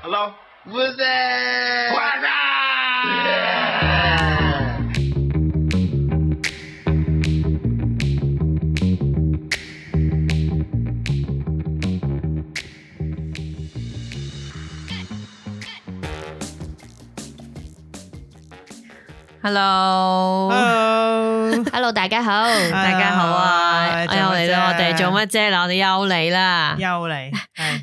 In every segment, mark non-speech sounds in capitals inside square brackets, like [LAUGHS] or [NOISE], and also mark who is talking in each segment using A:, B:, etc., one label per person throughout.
A: Hello?
B: What's that?
A: What's up?
C: Hello，Hello，
D: Hello，
C: 大家好，大家好啊！哎呀，我哋我哋做乜啫？我哋又嚟啦。
D: [LAUGHS] 又
C: [LAUGHS]
D: 嚟，係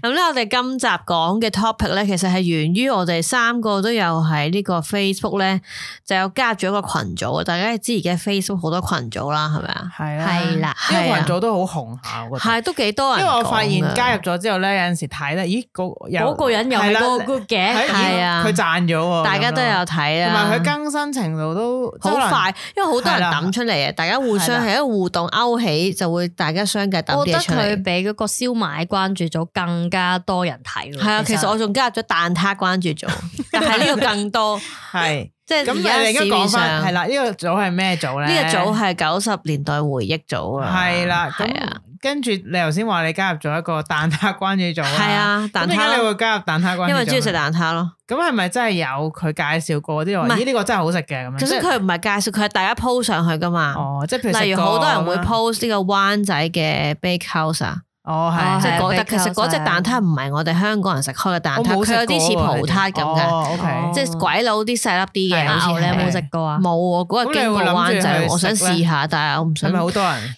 C: 咁咧，我哋今集講嘅 topic 咧，其實係源於我哋三個都有喺呢個 Facebook 咧，就有加入咗一個群組。啊大家知而家 Facebook 好多群組啦，係咪啊？
D: 係啦，
B: 係啦
D: 呢
C: 係
D: 個
C: 啊
D: 群組都好紅下，我覺得。
C: 係都幾多
D: 因
C: 人
D: 為
C: 講㗎。
D: 我發現加入咗之後咧，有陣時睇咧，咦，啊嗰有
B: 嗰個人又係嗰個 group 嘅
D: 係啦
C: 係
D: 咦
C: 啊
D: 佢賺咗喎，
C: 大家都有
D: 咁樣
C: 睇
D: 同
C: 啊，
D: 埋佢更新程度都
C: 好，快，因為好多
D: 係
C: 人
D: 啦
C: 抌出嚟嘅，大家互相
D: 係啦
C: 係一個互動勾起，就會大家相繼抌
B: 我
C: 啲
B: 覺得
C: 嘢出嚟
B: 佢。比嗰個燒賣關注組更加多人睇喎。
C: 係啊，其實我仲加入咗蛋撻關注
D: [LAUGHS]
C: 組，但係呢個更多，
D: 係。
C: 即係
D: 咁
C: 而
D: 你
C: 家
D: 哋而家
C: 市面
D: 講翻係
C: 上呢
D: 啦，呢個組係咩組
C: 個
D: 咧？
C: 組係九十年代回憶組啊，
D: 係啦，
C: 係啊
D: 咁，跟住你頭先話你加入咗一個蛋撻關注組啦，
C: 係啊蛋
D: 咁
C: 撻
D: 點解你會加入蛋撻關注組？
C: 因為中意食，蛋撻咯。
D: 咁係咪真係有佢介紹過
C: 唔
D: 啲話？
C: 係
D: 咦，呢個真係好食嘅咁樣。
C: 就
D: 即
C: 算
D: 係
C: 佢唔係介紹，佢係大家 po 上去噶嘛。
D: 哦，即係譬如食
C: 例如
D: 過
C: 好多人會
D: 咁樣
C: post 呢個灣仔嘅 bake house 啊，
D: 哦，
B: 哦
D: 係
C: 即
B: 係
C: 係嗰
B: 啊
C: 但其實嗰隻
B: bakehouse
C: 蛋撻唔係我哋香港啊人食開嘅蛋撻，佢有啲似葡撻咁嘅，
D: O
B: 哦
D: K，
C: 即係鬼佬啲細粒啲嘅。
D: 係啊
C: 好似
B: 牛你有
C: 係
B: 冇食過啊？
C: 冇我嗰日
D: 咁你
C: 經
D: 會
C: 過
D: 諗住
C: 灣仔，
D: 去
C: 我想
D: 食咧
C: 試下，但係我唔
D: 係
C: 想
D: 咪好
C: [LAUGHS]
D: 多人？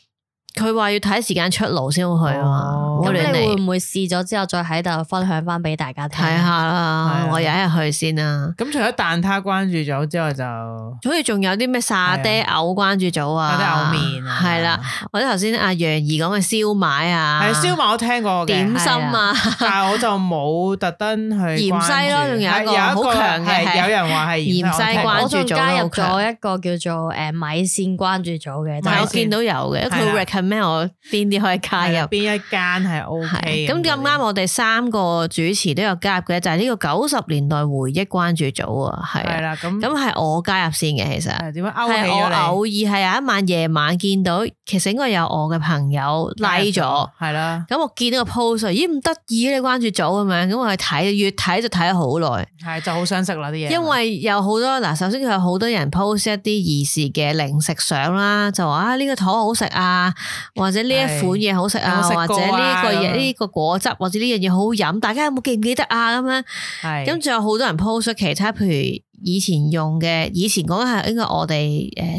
C: 佢話要睇時間出爐先會去啊嘛，
D: 哦
C: 唔好
B: 咁
C: 亂
B: 你會
C: 嚟
B: 唔會試咗之後再喺度分享翻俾大家聽？
C: 睇下啦
D: 係啊，
C: 我有一日去先啦。
D: 咁除咗蛋撻關注咗之外，就
C: 好似仲有啲咩沙爹
D: 係
C: 牛關注組啊，
D: 沙爹牛麵啊
C: 係啦，或者頭先阿楊怡講嘅燒賣啊，
D: 係燒賣我聽過
C: 點
D: 嘅，
C: 心啊，
D: [LAUGHS] 但係我就冇特登去關注。
C: 芫荽咯仲有一個
D: 係有
C: 好強嘅係
D: 係有人話係
C: 芫荽關
B: 我
C: 注
B: 仲
C: 組
B: 加入
C: 都好
B: 咗一個叫做誒米線關注組嘅，
C: [LAUGHS] 但係我
D: 米線
C: 見到有嘅，佢
D: 啊係
C: 會
D: 啦
C: recommend 我邊啲可以加入。
D: 邊一間係 O
C: 係
D: K
C: 咁咁啱，我哋三個主持都有加入嘅，就係呢個九十年代回憶關注組啊，係
D: 係
C: 啊，
D: 啦，咁
C: 咁係我加入先嘅，其實。
D: 係點樣勾起
C: 係我
D: 咗
C: 偶爾係有一晚夜晚見到，其實應該有我嘅朋友
D: 你？
C: 拉咗，
D: 係啦，
C: 咁我見到個 post，咦唔得意你關注組咁樣，咁我去睇，越睇就睇咗好耐，
D: 係就好想食啦啲嘢，
C: 因為有好多嗱，首先佢有好多人 post 一啲兒時嘅零食相啦，就話啊呢個糖好食啊，或者呢一
D: 係
C: 款嘢好食啊，
D: 有冇
C: 或
D: 食過
C: 者呢
D: 啊
C: 個
D: 咁
C: 嘢
D: 樣
C: 呢個果汁或者呢樣嘢好好飲，大家有冇記唔記得啊咁樣？
D: 係
C: 咁仲有好多人 post 咗其他，譬如以前用嘅，以前講緊係應該我哋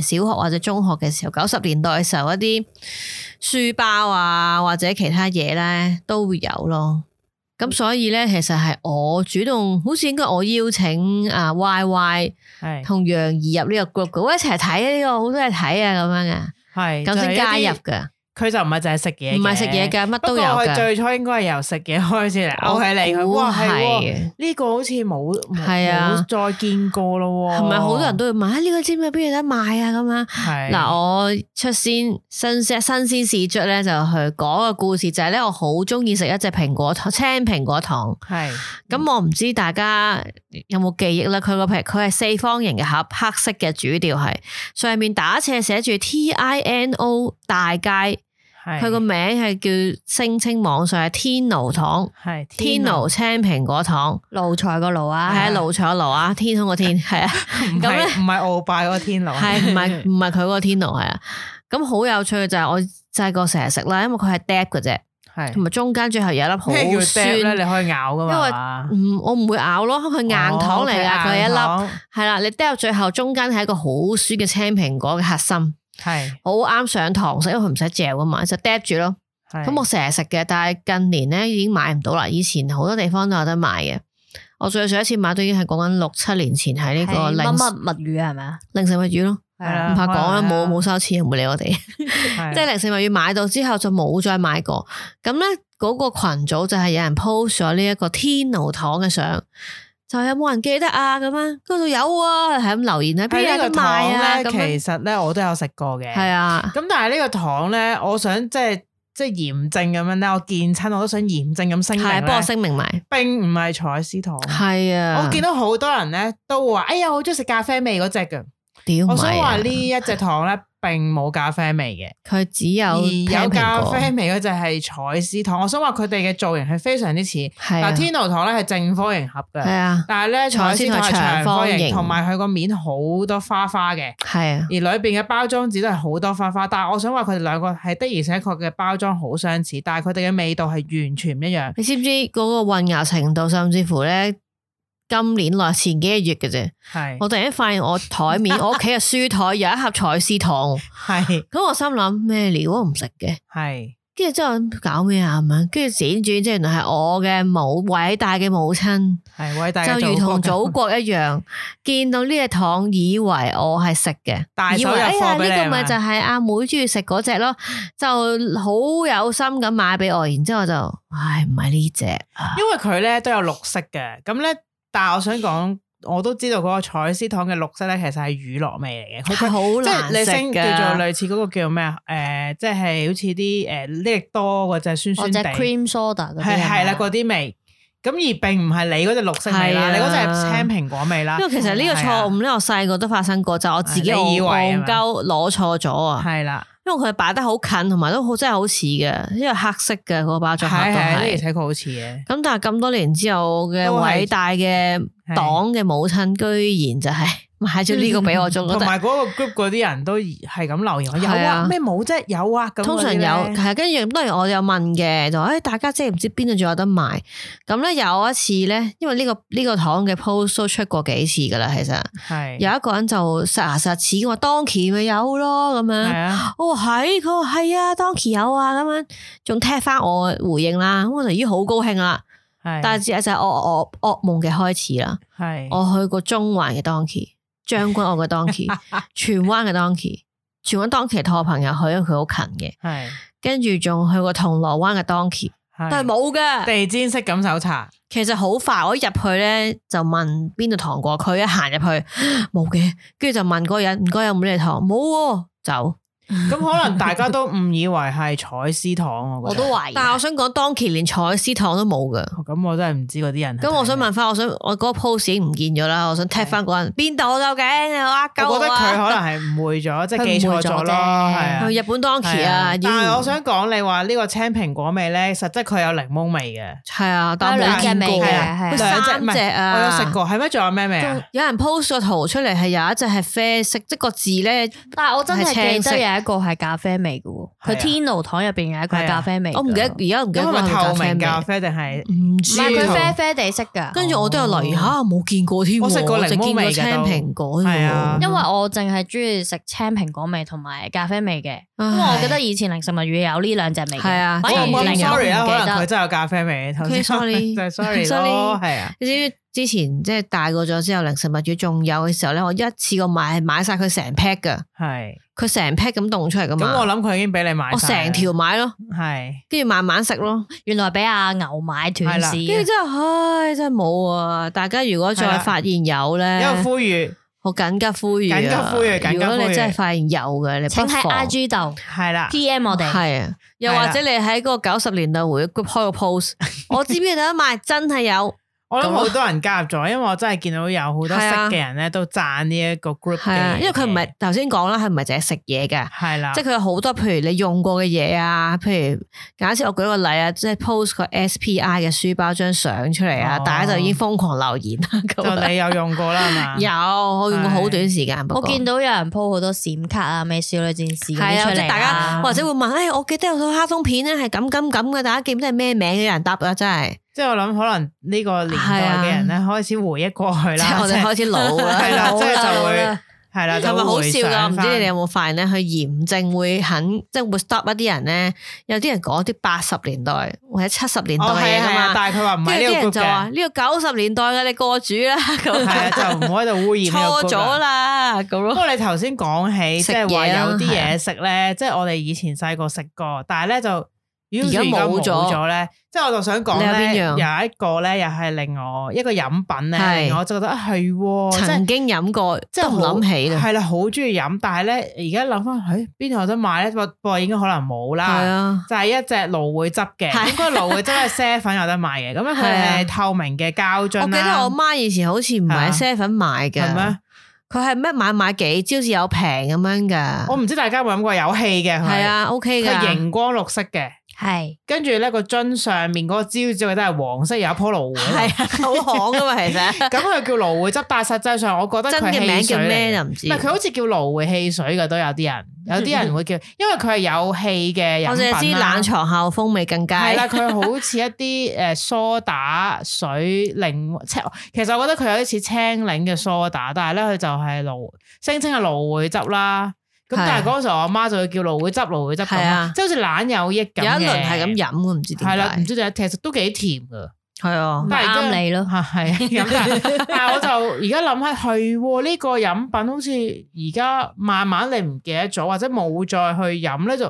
C: 誒小學或者中學嘅時候，九十年代嘅時候一啲書包啊或者其他嘢咧都會有咯。咁所以咧，其實係我主動，好似應該我邀請啊 Y Y
D: 係
C: 同楊怡入呢個 group 嘅，喂一齊睇呢個好多嘢睇啊
D: 係
C: 咁樣嘅，咁先加入
D: 嘅。
C: 嘅，
D: 佢就唔係就係食嘢嘅，
C: 唔係食嘢嘅，乜
D: 不
C: 都有
D: 過佢
C: 嘅。
D: 最初應該係由食嘢開始嚟
C: 我
D: 勾起你佢，
C: 估
D: 哇係
C: 係
D: 喎
C: 嘅。
D: 呢個好似冇冇
C: 係啊
D: 冇再見過咯喎，
C: 係咪好多人都會問啊呢個知唔知邊有得賣啊咁樣？
D: 係
C: 嗱，我出先新鮮新鮮事出咧，就去講個故事，就係咧，我好中意食一隻蘋果糖，青蘋果糖。
D: 係
C: 咁我唔知大家有冇記憶啦？佢個蘋佢係四方形嘅盒，黑色嘅主調係上面打斜寫住 T I N O 大街，
D: 係
C: 佢個名係叫聲稱網上係天奴糖。
D: 係
C: 天奴青蘋果糖，
B: 奴才個奴啊，
C: 係啊，奴才個奴啊，天空個天，係啊。
D: 唔
C: 咁咧
D: 係唔係鰲拜嗰個天奴，
C: 系唔系
D: [LAUGHS]
C: 唔系佢嗰個天奴係啊？咁好有趣嘅就係我細個成日食啦，因為佢係 d 嘅啫，同
D: 係
C: 埋中間最後有一粒好
D: 咩叫
C: 酸
D: dab 咧？你哦可以咬噶嘛？
C: 嗯，我唔會咬咯，佢硬糖嚟㗎，佢係一粒
D: 粒
C: 係啦。你 d 到最後中間係一個好酸嘅青蘋果嘅核心，
D: 係
C: 好啱上堂食，因為佢唔使嚼啊嘛，就 d 住咯。
D: 係
C: 咁我成日食嘅，但係近年咧已經買唔到啦。以前好多地方都有得買嘅，我最上一次買都已經係講緊六七年前喺呢個
B: 係
C: 零
B: 乜乜物語係咪啊？
C: 零食物語咯。
D: 係啦
C: 唔怕講啦，
D: 可能
C: 冇
D: 係啊
C: 冇收錢，唔會理我哋。即係
D: 係
C: 零食物要買到之後就冇再買過。咁咧嗰個群組就係有人 post 咗呢一個天奴糖嘅相，就有冇人記得啊？咁樣嗰度有啊，係咁留言喺邊
D: 係
C: 有
D: 呢
C: 得
D: 個
C: 賣啊？
D: 糖
C: 咁
D: 咧，
C: 樣
D: 其實咧我都有食過嘅，
C: 係啊，
D: 咁但係呢個糖咧，我想即係即係驗證咁樣咧，我見親我都想驗證咁聲明
C: 係啊幫我
D: 咧，
C: 聲明埋，
D: 並唔係彩絲糖。
C: 係啊。
D: 我見到好多人咧都話：哎呀，我好中意食咖啡味嗰只嘅。
C: 屌，
D: 我想
C: 唔
D: 話
C: 係啊
D: 呢一隻糖咧並冇咖啡味嘅。
C: 佢只有
D: 而有
C: 青
D: 咖
C: 蘋果
D: 啡味嗰就係彩絲糖，我想話佢哋嘅造型係非常之似。
C: 係啊
D: 嗱，天奴糖咧係正方形盒
C: 係
D: 嘅，
C: 啊，
D: 但係咧彩絲糖係
C: 彩絲糖係長
D: 長方
C: 方
D: 形，
C: 形
D: 同埋佢個面好多花花嘅，
C: 係啊
D: 而，裏邊嘅包裝紙都係好多花花。但係我想話佢哋兩個係的而且確嘅包裝好相似，但係佢哋嘅味道係完全唔一樣。
C: 你知唔知嗰個混淆程度，甚至乎咧今年內前幾個月嘅啫，
D: 係
C: 我突然間發現我台面我屋企嘅書台有一盒彩絲糖，
D: [LAUGHS] 係
C: 咁我心諗咩料啊我唔食嘅。
D: 係
C: 跟住之後搞咩啊咁樣，跟住輾轉之後原來係我嘅母偉大嘅母親，
D: 係偉大嘅
C: 就如同祖
D: 國嘅
C: 國一樣，見到呢隻糖以為我係食嘅，
D: 大
C: 以
D: 手
C: 為
D: 入
C: 哎呀
D: 貨俾
C: 呢
D: 你啊
C: 個咪
D: 係咪
C: 就係阿妹中意食嗰只咯，就好有心咁買俾我，然之後我就唉唔係呢只，啊
D: [LAUGHS] 因為佢咧都有綠色嘅，咁咧，但係我想講，我都知道嗰個彩絲糖嘅綠色咧，其實係乳酪味
C: [LAUGHS]
D: 嚟嘅，佢
C: 係
D: 佢
C: 好
D: 即係
C: 難
D: 你
C: 食
D: 升叫做
C: 噶。
D: 類似嗰個叫咩啊？誒，即係好似啲誒叻多嗰只
B: 或
D: 酸
B: 者
C: 哦
D: 酸地，係
B: cream
C: 啊
B: soda 嗰啲
D: 係啦
B: 係咪啊
D: 嗰啲味。咁而並唔係你嗰只綠色味
C: 係
D: 啦，
C: 啊
D: 你嗰只係青蘋果味啦。
C: 因為其實呢個錯誤咧，我細個都發生過，就我自己
D: 係你以
C: 戇
D: 為啊啊嘛
C: 戇鳩攞錯咗啊！
D: 係啦，
C: 因為佢擺得好近，同埋都好真係好似嘅，因為黑色嘅嗰個包
D: 係
C: 裝盒都
D: 係，的而
C: 係。
D: 且確好似嘅。
C: 咁但係咁多年之後嘅
D: 都係
C: 偉大嘅
D: 係
C: 黨嘅母親，居然就係買咗呢個俾我
D: [LAUGHS]
C: 做，
D: 同
C: 覺得
D: 埋嗰個 group 嗰啲人都係咁留言，我有
C: 係
D: 啊
C: 啊
D: 咩冇啫，有啊咁嗰啲咧。
C: 通常有係跟住，當然我有問嘅，就話誒大家即係唔知邊度仲有得賣。咁咧有一次咧，因為呢個呢個糖嘅 post 都出過幾次噶啦，其實
D: 係
C: 有一個人就實牙實齒話 Donkey 咪有咯咁樣
D: 係。啊。
C: 我話係，佢話係啊，Donkey 有啊，咁樣仲踢翻我回應啦，咁我就已經好高興啦。
D: 係，
C: 但係就係我我噩夢嘅開始啦。
D: 係
C: 我去過中環嘅 Donkey，將軍澳嘅
D: [LAUGHS]
C: Donkey，荃灣嘅 Donkey，荃灣 Donkey 同我朋友去，因為佢好近嘅。
D: 係
C: 跟住仲去過銅鑼灣嘅 Donkey，
D: 係
C: 但係冇嘅。
D: 地氈式咁手查，
C: 其實好快，我一入去咧就問邊度糖果，佢一行入去 [GASPS] 冇嘅，跟住就問嗰個人唔該有冇呢啲糖，冇喎，走。
D: 咁可能大家都誤以為係彩絲糖，
B: 我
D: 覺得
B: 都懷疑。
C: 但係我想講，Donkey 連彩絲糖都冇嘅。
D: 咁我真係唔知嗰啲人係
C: 咁我想
D: 咩，
C: 問翻，我想我嗰個 post 已經唔見咗啦，我想踢翻嗰人邊度究竟有呃鳩
D: 我覺得佢
C: 啊？
D: 可能係誤會咗，即係記錯咗
B: 佢誤會咗
D: 咯，
B: 啫
D: 係啊
C: 去日本 Donkey
D: 係
C: 啊
D: 啊，但係我
C: 妖
D: 想講，你話呢個青蘋果味咧，實質佢有檸檬味嘅，
C: 係啊，但我
B: 兩隻
C: 冇見
B: 味
C: 過
B: 嘅
C: 啊
B: 係啊
C: 喂
D: 兩隻唔
C: 三隻
D: 係
C: 啊，
D: 我有食。過，係咩？仲有咩味啊？
C: 有人 post 個圖出嚟係有一隻係啡色，即個字咧，
B: 但係我真係記
C: 係青色
B: 得有一個係咖啡味嘅喎，
D: 係
B: 佢
D: 啊
B: 天奴糖入邊有一個係咖啡味㗎。
C: 啊我唔記得而家唔記得嗰
D: 咁係
C: 個
D: 咪透
C: 係
D: 明
C: 咩
D: 咖
C: 味，嗯
D: 啡定係？
C: 唔
B: 唔
C: 知
B: 係
D: 豬
B: 佢
D: 頭
B: 啡
C: 喎。
B: 啡地色㗎。
C: 跟住我都有留意嚇，冇見過添喎，
D: 哦我食過
C: 我就
D: 檸檬
C: 見
D: 味
C: 過
D: 嘅
C: 青
D: 都
C: 蘋果啫
D: 係啊
C: 喎，
B: 因為我淨係中意食青蘋果味同埋咖啡味嘅，
C: 唉
B: 因為我覺得以前零食物語有呢兩隻味嘅。
C: 係啊
B: 反而
C: 真係唔
D: 咁
B: 零食物
D: 哦 sorry 啦，
B: 我唔
D: 可
B: 記
D: 能佢
B: 得。
D: 真係有咖啡味。頭先
C: Okay，sorry
D: [LAUGHS] 就係 sorry 咯，
C: Sorry
D: 係啊，
C: 你知唔知之前即係大個咗之後，零食物語仲有嘅時候咧，我一次過買買晒佢成 pack 噶，
D: 係。
C: 佢成 pack 咁凍出嚟噶
B: 啊
D: 咁我
C: 嘛，
D: 諗佢已經俾你買
C: 我
D: 晒啊啦
C: 成條買咯，
D: 係
C: 跟住慢慢食咯，
B: 原來俾阿牛買斷市
C: 跟住
B: 啊，
C: 之後，唉，真係冇啊！大家如果
D: 係
C: 再
D: 啦
C: 發現有咧，
D: 有個呼籲
C: 我緊急呼籲啊，
D: 緊急呼籲緊急
C: 如果
D: 呼籲
C: 你真係發現有嘅，你
B: 請
C: 不
B: 喺
C: 妨
B: IG 度
D: 係啦，
B: PM 我哋。
C: 啊係啊，又
D: 係啦
C: 或者你喺嗰個九十年代回憶 group 開個 post，我
D: [LAUGHS]
C: 知邊度有得賣，真係有，
D: 我諗
C: 咁
D: 好多人加入咗，因為我真係見到有好多識
C: 係啊
D: 嘅人咧都讚呢一個 group
C: 係啊，
D: 嘅嘢
C: 因為佢唔係頭先講啦，佢唔係淨係食嘢㗎。
D: 係啦，
C: 即係佢有好多，譬如你用過嘅嘢啊，譬如假設我舉個例啊，即係 post 個 SPI 嘅書包張相出嚟啊，
D: 哦
C: 大家就已經瘋狂留言啦。
D: 就
C: 咁啊
D: 你有用過啦係嘛，
C: [LAUGHS] 有我用過好短時間，不
B: 我
C: 過
B: 見到有人 po 好多閃卡啊，咩少女戰士嗰
C: 係
B: 啲
C: 啊，
B: 出
C: 即係
B: 嚟
C: 大家
B: 啊
C: 或者會問，誒，我記得有套卡通片咧係咁咁咁嘅，大家記唔記得係咩名嘅？有人答啊，真係，
D: 即係我諗可能呢個年代嘅人咧開始回憶過去
C: 即
D: 啦，
C: 係我哋開始老啦， [LAUGHS]
D: 係啦，
C: 老
D: 即係就
C: 老
D: 會
C: 啦
D: 係啦，
C: 嗯同埋好笑噶，
D: 㗎，
C: 唔知你哋有冇發現咧？佢嚴正會肯即係會 stop 一啲人咧，有啲人講啲八十年代或者七十年代
D: 哦
C: 嘅
D: 係
C: 嘢
D: 啊
C: 噶
D: 係啊
C: 嘛，。
D: 但係佢話唔
C: 跟
D: 係
C: 住啲
D: 呢個
C: 人
D: group
C: 就話
D: 嘅，
C: 呢個九十年代嘅你過主啦，咁
D: 係啊就唔好喺度污染呢個哦
C: 錯 [LAUGHS]
D: group
C: 咗
D: 啦。
C: 啦，咁
D: 不
C: 咯。
D: 過你頭先講起即
C: 食
D: 係話
C: 嘢
D: 有
C: 啦
D: 啲
C: 係啊
D: 嘢食咧，即係我哋以前細個食過，但係咧就
C: 而家冇咗
D: 咗咧。即係我就想講咧，
C: 你有邊
D: 有一個咧又係令我一個飲品咧，
C: 係
D: 令我就覺得啊係喎，即係
C: 曾經飲過，
D: 即
C: 都
D: 係
C: 唔
D: 好
C: 諗起啦。
D: 係啦，啊好中意飲，但係咧而家諗翻，誒邊度有得買咧？不不過應該可能冇
C: 係
D: 啦。
C: 啊，
D: 就係一隻蘆薈汁嘅，
C: 係
D: 應該蘆薈汁係啡粉有得賣嘅。咁樣佢
C: 係啊
D: 係透明嘅膠
C: 我
D: 樽
C: 記得
D: 啦
C: 我，媽以前好似唔係喺 seven 買嘅，
D: 啊係咩？
C: 佢係咩買買幾招至有平咁樣
D: 我
C: 㗎？
D: 唔知大家有冇飲過有氣嘅佢，
C: 係，啊，OK
D: 佢係
C: 㗎，
D: 熒光綠色嘅，
B: 係
D: 跟住咧個樽上面嗰個招招都係黃色，有一樖蘆薈喺
C: 係
D: 度。
C: 啊，好行㗎嘛，其
D: [LAUGHS]
C: 實
D: 咁佢叫蘆薈汁，但係實際上我覺得
C: 真
D: 佢
C: 嘅名
D: 係汽水
C: 叫
D: 嚟
C: 咩
D: 嘅
C: 就唔知
D: 唔。係佢好似叫蘆薈汽水嘅都有啲人，有啲人會叫，因為佢係有氣嘅
C: 我
D: 飲
C: 淨係
D: 品啊
C: 知
D: 啦
C: 冷藏後風味更佳。
D: 係啦，佢好似一啲誒梳打水檸，青其實我覺得佢有啲似青檸嘅梳打，但係咧佢就係蘆聲稱係蘆薈汁啦。咁
C: 係啊
D: 但係嗰陣時候我阿媽就會叫蘆薈汁、蘆薈汁咁
C: 係
D: 啦
C: 啊，
D: 即係好似懶有益咁
C: [LAUGHS] 有一輪係咁
D: 嘅
C: 飲嘅，唔知啊點
D: 係啦，唔
C: 解。
D: 知點解其實都幾甜噶。
C: 係啊，
D: 但係而家
B: 啱你咯，
D: 嚇係啊咁但但係我就而家諗起係喎，呢個飲品好似而家慢慢你唔記得咗，或者冇再去飲咧，就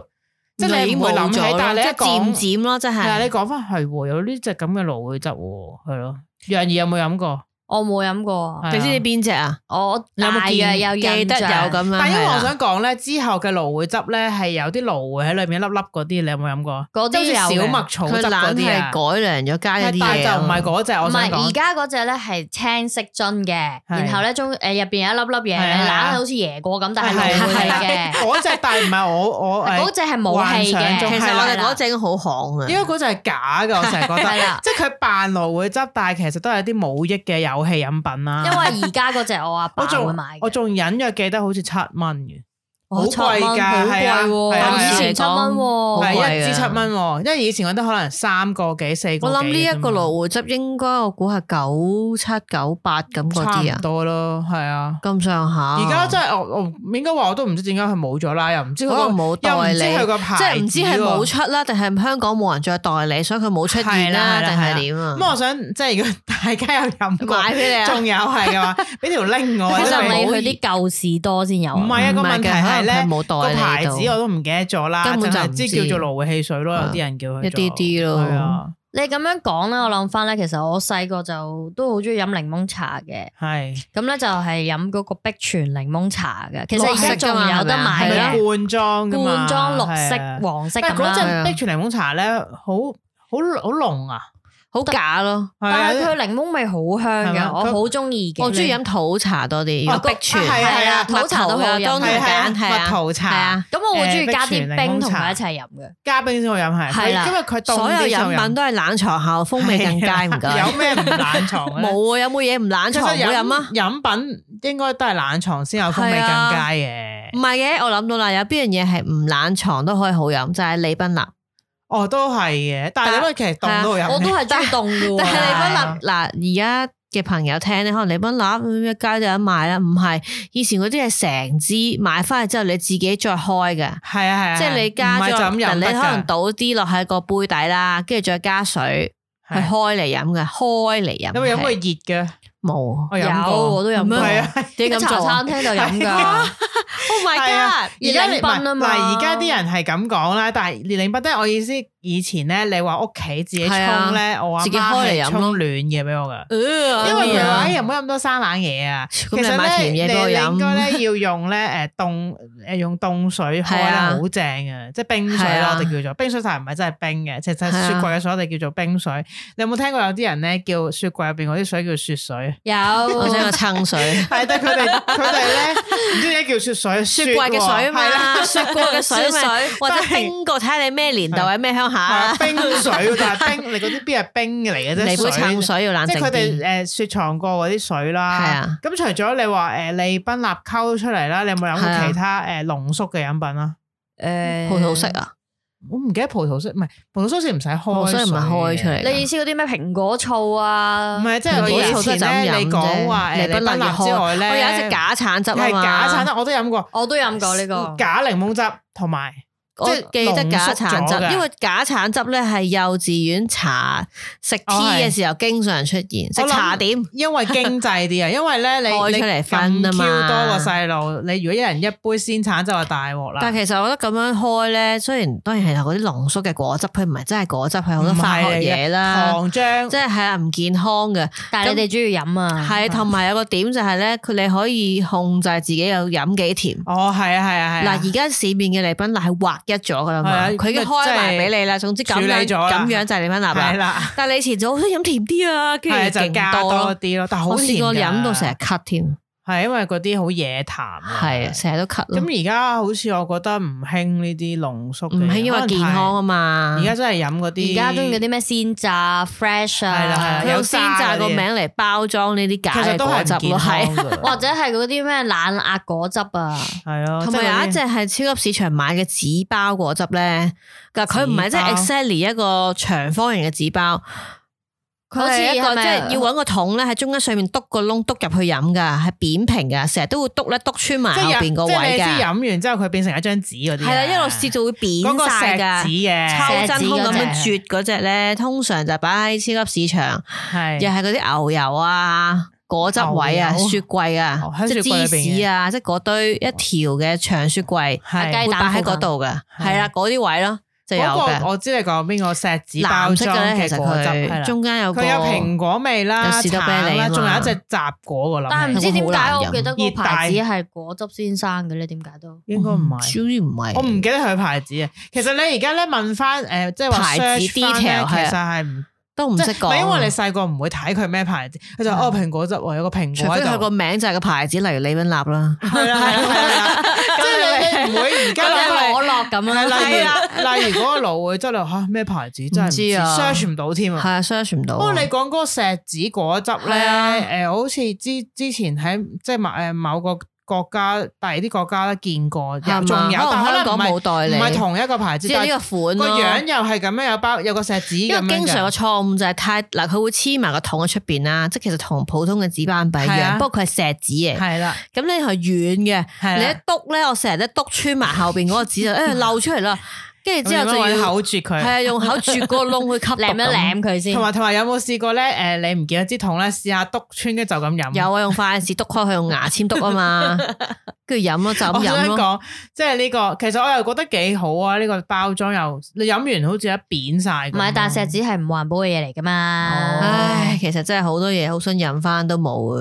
D: 即係你唔會諗起
C: 已經冇咗，咯
D: 但係你一講
C: 即係漸漸咯，真
D: 係啊，你
C: 係。
D: 講翻係喎，有呢只咁嘅蘆薈汁喎，係咯。楊怡有冇飲過？
B: 我冇飲過
D: 係，啊
C: 你知唔知邊只啊？
B: 我
C: 你有冇
B: 大
C: 見
B: 約有
C: 記
B: 印
C: 得有
B: 象
C: 咁樣？
D: 但因為
C: 係
B: 啊
C: 啦
D: 我想講咧，之後嘅蘆薈汁咧係有啲蘆薈喺裏面粒粒嗰啲，你有冇飲過？
B: 嗰
D: 即
B: 啲
D: 係好似
B: 有
D: 小
B: 嘅
D: 麥草
C: 佢
D: 汁嗰
C: 懶
D: 啲啊，
C: 係改良咗加咗
D: 但
C: 啲嘢，啊
D: 就唔係。嗰只，我
B: 啊唔
D: 想
B: 係，而
D: 講。
B: 家嗰只咧係青色樽嘅，
D: 係
B: 然後咧中誒入邊有一粒粒嘢
D: 係啊
B: 咧，
D: 係啊
B: 攬好似椰果咁，但係
D: 係
B: 冇
D: 係
B: 氣
D: 啦
B: 嘅。
D: 嗰只，但係唔係我我誒
B: 嗰只係冇
D: 幻
B: 氣
D: 想
B: 嘅，
D: 中
C: 其實
D: 係
C: 我
D: 啦
C: 哋嗰隻好行啊，
D: 因為嗰隻係假
B: [LAUGHS]
D: 嘅，我成日覺
B: 係
D: 得
B: 啦，
D: 即係佢扮蘆薈汁，但係其實都係啲冇益嘅有氣飲品啦。
B: 因為而家嗰只我阿
D: 我
B: 爸會
D: 仲
B: 買
D: 我
B: 嘅，
D: 仲隱約記得好似七蚊嘅。
B: 哇
D: 好
B: 七蚊
D: 貴㗎
B: 好
D: 係啊
B: 貴
D: 係啊
B: 喎，以前七蚊
C: 好貴
D: 係
B: 喎，
C: 啊
D: 一支七蚊喎，因為以前我覺得可能三個幾四個
C: 我
D: 幾啫嘛。
C: 諗呢一個蘆薈汁應該我估係九七九八咁嗰
D: 差
C: 啲
D: 唔
C: 啊，
D: 多咯，係啊。
C: 咁上下。
D: 而家真係我我應該話我都唔知點解佢冇咗啦，又唔知佢
C: 可能冇
D: 個又唔
C: 代
D: 知佢
C: 理，
D: 個牌
C: 即
D: 子
C: 係
D: 喎，
C: 唔知係冇出啦，定係香港冇人再代理，所以佢冇出現啦，
D: 係啦
C: 定
D: 係啦
C: 係點啊？
D: 咁我想即係如果 [LAUGHS] 大家有飲過，
C: 買俾你啊！
D: [LAUGHS] 仲有係嘅話，俾條
C: [LAUGHS]
D: link 我。
B: 可
D: 因
B: 能
D: 為
B: 你
D: 冇
B: 去啲舊士多先有啊。
D: 唔係啊個
C: 唔
D: 問題
C: 嘅
D: 係
C: 可
D: 咧
C: 能佢冇
D: 個
C: 代
D: 牌
C: 理
D: 子
C: 到
D: 我都唔記得咗啦，
C: 根本就
D: 淨
C: 唔
D: 係
C: 知
D: 知叫做蘆薈汽水咯，有
C: 啊
D: 啲人叫佢
C: 一啲
D: 做
C: 啲咯
D: 係啊，
B: 你咁樣講咧，我諗翻咧，其實我細個就都好中意飲檸檬茶嘅，
D: 係
B: 咁咧就係飲嗰個碧泉檸檬茶嘅。其實
C: 綠
B: 而
C: 色
B: 家仲
C: 㗎嘛
B: 有得買
C: 係咪啊
B: 嘅，
D: 罐裝㗎嘛
B: 罐裝綠
D: 係啊
B: 色、黃色
D: 但
B: 咁
D: 係嗰
B: 啦。
D: 陣碧泉檸檬茶咧，好好好濃啊！
C: 好假咯，
D: 係啊
B: 但係佢檸檬味好香
D: 係咪啊
B: 嘅，我好中意嘅。
C: 我中意飲土茶多啲，
D: 哦
C: 如果碧泉
D: 啊係啊
B: 係
D: 係啊
B: 啦，土茶都好
C: 蜜桃啊
B: 飲
D: 係
C: 當
B: 嘅。
C: 然
D: 係
C: 係啊
D: 蜜桃
C: 係
D: 茶
C: 啊，
B: 咁我會中意加
D: 誒
B: 啲
D: 碧泉檸檬
B: 冰同
D: 茶
B: 佢一齊飲嘅。
D: 加冰先好飲係。
B: 係
D: 佢
B: 啦
D: 因為佢凍
C: 所有
D: 啲先好
C: 飲
D: 飲
C: 品都係冷藏後風味
D: [LAUGHS]
C: 更佳，唔該。
D: 啊有咩唔冷藏 [LAUGHS] 嘅咧？
C: 冇啊？有冇嘢唔冷
D: 其
C: 藏
D: 實
C: 好飲啊？
D: 飲品應該都係冷藏先有風味更佳嘅
C: 唔。係嘅，我諗到啦，有邊樣嘢係唔冷藏都可以好飲，就係利賓納。
D: 哦，都係嘅，但係你乜其實凍都好飲嘅。
B: 我都係中意凍嘅喎。
C: 但係利賓
D: 係
C: 納嗱，而家嘅朋友聽咧，可能利賓納咁嗯一街都有得賣啦。唔係，以前嗰啲係成支買翻嚟之後，你自己再開嘅。
D: 係啊係啊，
C: 即係你加
D: 唔係就
C: 咗，
D: 咁飲
C: 嗱你
D: 得㗎
C: 可能倒啲落喺個杯底啦，跟住再加水去開
D: 係
C: 嚟飲嘅，開嚟飲嘅。
D: 有冇飲過熱嘅？
C: 冇？
D: 我飲
B: 有我
D: 過。
B: 都飲過，
D: 係啊，
C: 你咁
B: 茶
C: 做啊
B: 餐廳就飲
D: 係
B: 㗎
D: 啊。
B: [LAUGHS]
C: Oh my
D: 係啊
C: god！
B: 熱檸賓啊嘛
D: 嗱，而家啲人係咁講啦，但係熱檸賓，即係我意思，以前咧你話屋企自己沖咧，我阿
C: 啊自己
D: 媽
C: 開嚟
D: 係
C: 飲
D: 沖
C: 咯
D: 暖嘅俾我
B: 呃
D: 噶。因
C: 因
D: 為佢話：哎
B: 哎
D: 呀，唔好飲多生冷嘢啊！其
C: 咁你買
D: 實
C: 甜
D: 咧，
C: 嘢俾我
D: 你應該
C: 飲，
D: 咧要用咧誒凍誒用凍水開
C: 係啊
D: 咧，好正嘅，即係冰水
C: 係
D: 啦，
C: 啊
D: 我哋叫做冰水，但係唔係真係冰嘅，其實
C: 係啊
D: 雪櫃嘅水我哋叫做冰水。你有冇聽過有啲人咧叫雪櫃入邊嗰啲水叫
C: [LAUGHS]
D: 雪水？。
B: 有
C: 我想個撐水
D: [LAUGHS] 係，但係佢哋佢哋咧唔知點解叫雪水，
C: 雪櫃嘅水啊
D: 喎係啦
C: 嘛，雪櫃嘅
D: [LAUGHS]
C: 水
B: 雪
C: 咪，或者冰過睇下你咩年代或者咩鄉下
D: 係
C: [LAUGHS] 啊。
D: 冰水，但
C: [LAUGHS]
D: 係冰你嗰啲邊係冰嚟嘅啫，
C: 你杯
D: 水
C: 撐水要冷
D: 即
C: 靜
D: 係佢哋
C: 啲，
D: 誒雪藏過嗰啲水啦。
C: 係啊。
D: 咁除咗你話誒利賓納溝出嚟啦，你有冇飲
C: 係
D: 過
C: 啊
D: 其他誒濃縮嘅飲品啊？
B: 誒
C: 葡萄色。啊，
D: 我唔記得葡萄汁，唔係葡萄汁好似唔使
C: 葡
D: 開
C: 萄水
D: 水嘅，
C: 唔係開出嚟㗎，
B: 你意思嗰啲咩蘋果醋啊？
D: 唔係即係
C: 葡
D: 我
C: 萄
D: 以
C: 醋都係
D: 前
C: 就咁
D: 咧，你
C: 飲
D: 講話誒
C: 啫。
D: 利賓
C: 要
D: 納之外咧，
C: 我有一隻假橙汁啊
D: 係
C: 嘛，
D: 假橙汁，我都飲過
B: 我都飲過呢個。
D: 假檸檬汁同埋
C: 我
D: 即係
C: 記得假橙
D: 濃縮咗
C: 汁
D: 嘅，
C: 因為假橙汁咧係幼稚園茶食 tea 嘅時候經常出現，
D: 我
C: 食
D: 諗
C: 茶點
D: 因為經
C: [LAUGHS]
D: 濟啲啊，因為咧你
C: 開出嚟分啊嘛
D: 你咁 Q 多個細路，你如果一人一杯鮮橙就話大鑊啦。
C: 但其實我覺得咁樣開咧，雖然當然係嗰啲濃縮嘅果汁，佢唔係真係果汁，係好多化學嘢啦，
D: 啊糖漿
C: 即係係啊唔健康嘅。
B: 但係你哋中意飲啊？
C: 係同埋有個點就係咧，佢你可以控制自己有飲幾甜。
D: 哦，係啊，係啊，係啊。
C: 嗱，而家市面嘅利賓納係劃一咗噶啦
D: 係
C: 嘛，
D: 啊
C: 佢已經開埋俾你啦。總之咁
D: 處
C: 樣
D: 理咗啦
C: 咁樣就係利賓納
D: 係
C: 啦。
D: 啦，
C: 但係你以前就好想飲甜啲啊，跟
D: 係
C: 住
D: 就
C: 勁
D: 加
C: 多咯
D: 多啲咯，但係好
C: 我
D: 甜
C: 試過
D: 㗎
C: 飲到成日咳添，
D: 係因為嗰啲好野談嘅。
C: 係啊成日都咳咯，
D: 咁而家好似我覺得唔興呢啲濃縮嘅
C: 唔
D: 嘢，
C: 係因為健康啊嘛
D: 可能太。而家真係飲嗰啲，
B: 而家中意嗰啲咩鮮榨 fresh
D: 係啦係
B: 啊
D: 啦
C: 佢，
D: 有
C: 用鮮榨個名嚟包裝呢啲假
D: 其實
C: 嘅
D: 都
C: 果
D: 係唔
C: 汁
D: 健
C: 咯，係
D: 康。㗎
B: 或者係嗰啲咩冷壓果汁啊，
D: [LAUGHS] 係
C: [LAUGHS]
D: 啊，
C: 同埋有一隻
D: 即係嗰啲
C: 係超級市場買嘅紙包果汁咧，嗱佢唔係即
D: 紙包
C: 係 exactly 一個長方形嘅紙包，佢係一
B: 好
C: 個
B: 似係
C: 即
B: 咪啊
C: 係要揾個桶咧喺中間上面篤個窿篤入去飲噶，係扁平噶，成日都會篤咧篤穿埋
D: 即
C: 後
D: 係
C: 邊個位
D: 即係你知
C: 㗎，
D: 飲完之後佢變成一張紙嗰啲啊，
C: 係啦，一路試就會扁
D: 嗰個啊
C: 晒
D: 錫
C: 㗎
D: 紙。嘅
C: 抽真空咁樣
B: 錫
C: 啜嗰只咧，通常就擺喺超級市場，
D: 係
C: 又係嗰啲牛油啊、果汁位啊、
D: 嗯牛油
C: 雪櫃啊
D: 哦、喺
C: 即
D: 雪櫃裏
C: 係
D: 邊嘅
C: 芝士啊，即係嗰堆一條嘅長雪櫃，
D: 係
B: 雞
C: 會
B: 蛋
C: 擺喺
B: 附近
C: 嗰度嘅，
D: 係
C: 係啦，嗰啲位咯就有
D: 嗰個
C: 嘅。
D: 我知你講邊個錫紙包
C: 藍色
D: 裝
C: 嘅咧，
D: 嘅
C: 其實
D: 果汁係啦
C: 佢中間有個
D: 佢有蘋果味啦、
C: 有士多啤
D: 橙
C: 梨
D: 啦，
C: 啊嘛
D: 仲有一隻雜果我諗
B: 但係
D: 係
B: 唔知點解
C: 好難
B: 我
C: 飲
B: 記得嗰個牌子
D: 熱
B: 係果汁先生嘅咧，點解都
D: 應該唔係。
C: 主要唔係，
D: 我嗯唔記得佢牌子啊。其實你而家咧問翻誒，即係話
C: 牌子
D: search 返咧
C: detail，係啊
D: 其實係唔
C: 都唔
D: 即
C: 識
D: 係唔啊
C: 講，
D: 係
C: 啊
D: 因為你細個唔會睇佢咩牌子，佢就哦蘋果汁喎，有個蘋
C: 除
D: 果
C: 非佢
D: 喺
C: 個
D: 度。嗯
C: 名就係個牌子，例如李永立啦，
D: 係啦係啦係
C: [LAUGHS]
D: 啦，即係你你唔會而家
B: 咁
C: 啊
D: 諗
B: 樣
D: 係
B: 可樂咁樣，啊
D: 例如例如嗰個蘆薈汁嚟嚇咩牌子真係唔
C: 唔知
D: 知
C: 啊
D: ，search 唔到添
C: 係
D: 啊。
C: 啊，search 唔到
D: 不過
C: 啊。
D: 你講嗰個錫紙果汁咧，
C: 係啊
D: 誒、我好似之之前喺即係某誒某個國家、第二啲國家咧見過，
C: 係嘛
D: 有仲有，
C: 可能
D: 但
C: 香
D: 可能
C: 港
D: 唔係
C: 冇代理，
D: 唔係同一個牌子，
C: 即
D: 但
C: 係
D: 係
C: 呢個款
D: 個
C: 咯。
D: 樣又係咁樣，有包有個錫紙
C: 因
D: 咁樣
C: 為經常個
D: 嘅。
C: 錯誤就係太嗱，佢會黐埋個桶喺出邊啦，即係其實同普通嘅紙板幣一
D: 係
C: 樣，
D: 啊
C: 不過佢係錫紙嚟。
D: 係啦，
C: 咁你係軟嘅，
D: 係啊
C: 你一
D: 啦
C: 篤咧，我成日都篤穿埋後邊嗰個紙
D: [LAUGHS]
C: 就誒漏出嚟啦，跟住之後
D: 咁
C: 就
D: 點樣
C: 要
D: 口啜
C: 係
D: 佢。
C: 啊，用口啜嗰個窿去吸毒啊
B: 舐一
C: 咁
B: 舐佢先
D: 同。埋同埋有冇試過咧？誒、你唔見咗支筒咧，試下篤穿跟住就咁飲。
C: 有啊，用筷子篤開佢，用牙籤篤啊嘛，跟住飲咯，就咁
D: 我想
C: 飲咯。
D: 講，即係呢、個，其實我又覺得幾好啊！呢、個包裝又你飲完好似一扁晒咁
B: 唔係，但係錫紙係唔環保嘅嘢嚟噶
D: 哦
B: 嘛。
C: 唉，其實真係好多嘢好想飲翻都冇啊。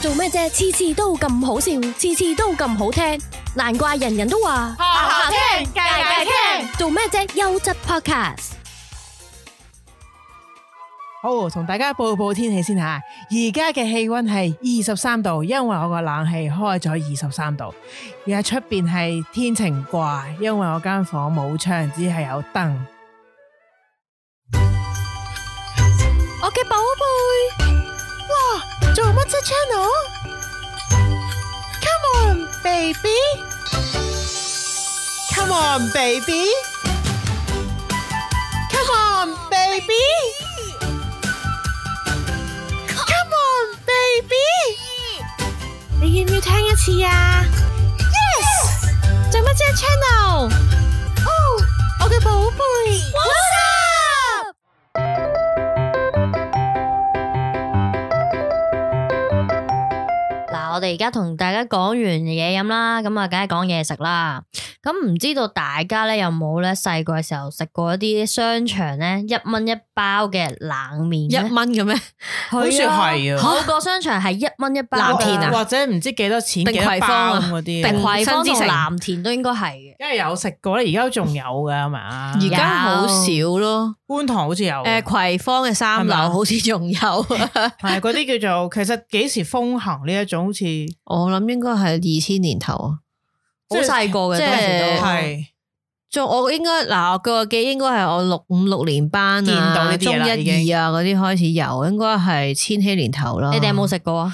A: 做咩啫？次次都咁好笑，次次都咁好聽，難怪人人都話
C: 啊
D: 下下
A: 聽，
D: 屆屆聽。
A: 做咩啫？優質 podcast。
D: 好，同大家報報天氣先吓。而家嘅氣温係二十三度，因為我個冷氣開咗二十三度。而家出邊係天晴掛，因為我間房冇窗，只係有燈。
A: 我嘅寶貝，
D: 做乜啫，Channel？Come on baby，Come on baby，Come on baby，Come on baby。
A: 你要唔要聽一次啊？Yes。做乜啫？Channel。哦，我嘅寶貝。What's up？
B: 嗱，我哋而家同大家講完嘢飲啦，咁啊，梗係講嘢食啦。咁唔知道大家咧有冇咧細個嘅時候食過一啲商場咧一蚊一包嘅冷麵
C: 一
B: 呢？
C: 蚊嘅咩？
D: 好似係啊
B: 某個商場係一蚊一包
C: 藍田啊
B: 嘅
D: 或者唔知幾多錢
C: 定
D: 幾多
C: 葵芳
D: 包
C: 啊
D: 咁嗰啲啊，
C: 定
B: 葵芳
C: 新
B: 同
C: 之城
B: 藍田都應該係嘅。
D: 因為有食過咧，而家仲有噶係嘛？
C: 而家好
B: 有
C: 少咯。
D: 觀塘好似有，啊
C: 誒，
D: 係
C: 葵芳嘅三樓
D: 係咪
C: 好似仲
D: [LAUGHS]
C: 有。
D: 嗰啲叫做其實幾時風行呢一種好似即
C: 我諗應該係二千年頭啊，
B: 好細個嘅
C: 即係
B: 當時都
D: 係
C: 仲我應該嗱，我個記應該係我六五六年班
D: 見到
C: 啊，
D: 呢啲
C: 中
D: 嘢啦已經
C: 一二啊嗰啲開始有，應該係千禧年頭啦。
B: 你哋有冇？食過啊？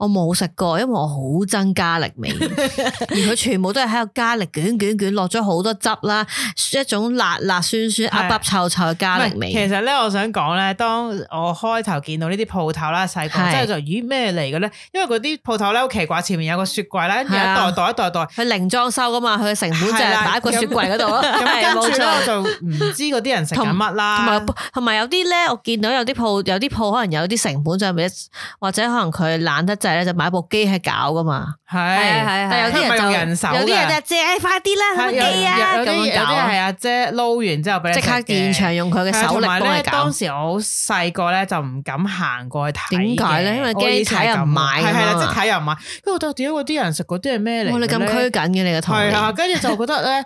C: 我冇食過，因為我好憎加力
D: [LAUGHS]
C: 味，而佢全部都係喺度加力卷卷卷，落咗好多汁啦，一種辣辣酸酸、
D: 係
C: 噏噏臭臭嘅加力
D: 唔係
C: 味。
D: 其實咧，我想講咧，當我開頭見到呢啲鋪頭啦，細個
C: 係
D: 即係就咦咩嚟嘅咧？因為嗰啲鋪頭咧好奇怪，前面有個雪櫃啦，有一
C: 係啊
D: 袋袋一袋袋。
C: 佢零裝修噶嘛，佢嘅成本就係
D: 啦
C: 擺喺個雪櫃嗰度咯。係
D: [LAUGHS] 咁
C: 冇
D: 跟住咧，
C: 錯
D: 我就啊唔知嗰啲人食緊乜
C: 同埋
D: 啦。
C: 同埋有啲咧，我見到有啲鋪有啲鋪可能有啲成本上面，或者可能佢懶得滯咧，就買部機喺搞噶嘛。
D: 係
B: 係
C: 但有啲
D: 佢唔係
C: 人
D: 用
C: 就
D: 人手㗎
C: 有啲人就借快啲啦，
D: 係
C: 佢機啊
D: 有有
C: 咁
D: 有啲有
C: 樣搞
D: 啲係
C: 啊，
D: 阿姐撈完之後俾你
C: 即
D: 食
C: 刻
D: 嘅
C: 現場用佢嘅
D: 係啊
C: 手
D: 同
C: 力
D: 埋
C: 幫你
D: 咧，
C: 搞
D: 當。時我好細個咧，就唔敢行過去睇嘅。
C: 點解咧因為
D: 我以前係
C: 驚睇
D: 咁啊
C: 人買
D: 係係
C: 㗎嘛
D: 啦，即係睇人買。跟住我覺得點解嗰啲人食嗰啲係咩嚟嘅
C: 哇！
D: 咧？
C: 你咁拘謹嘅你個童
D: 係啊，
C: 年，
D: 跟住就覺得咧，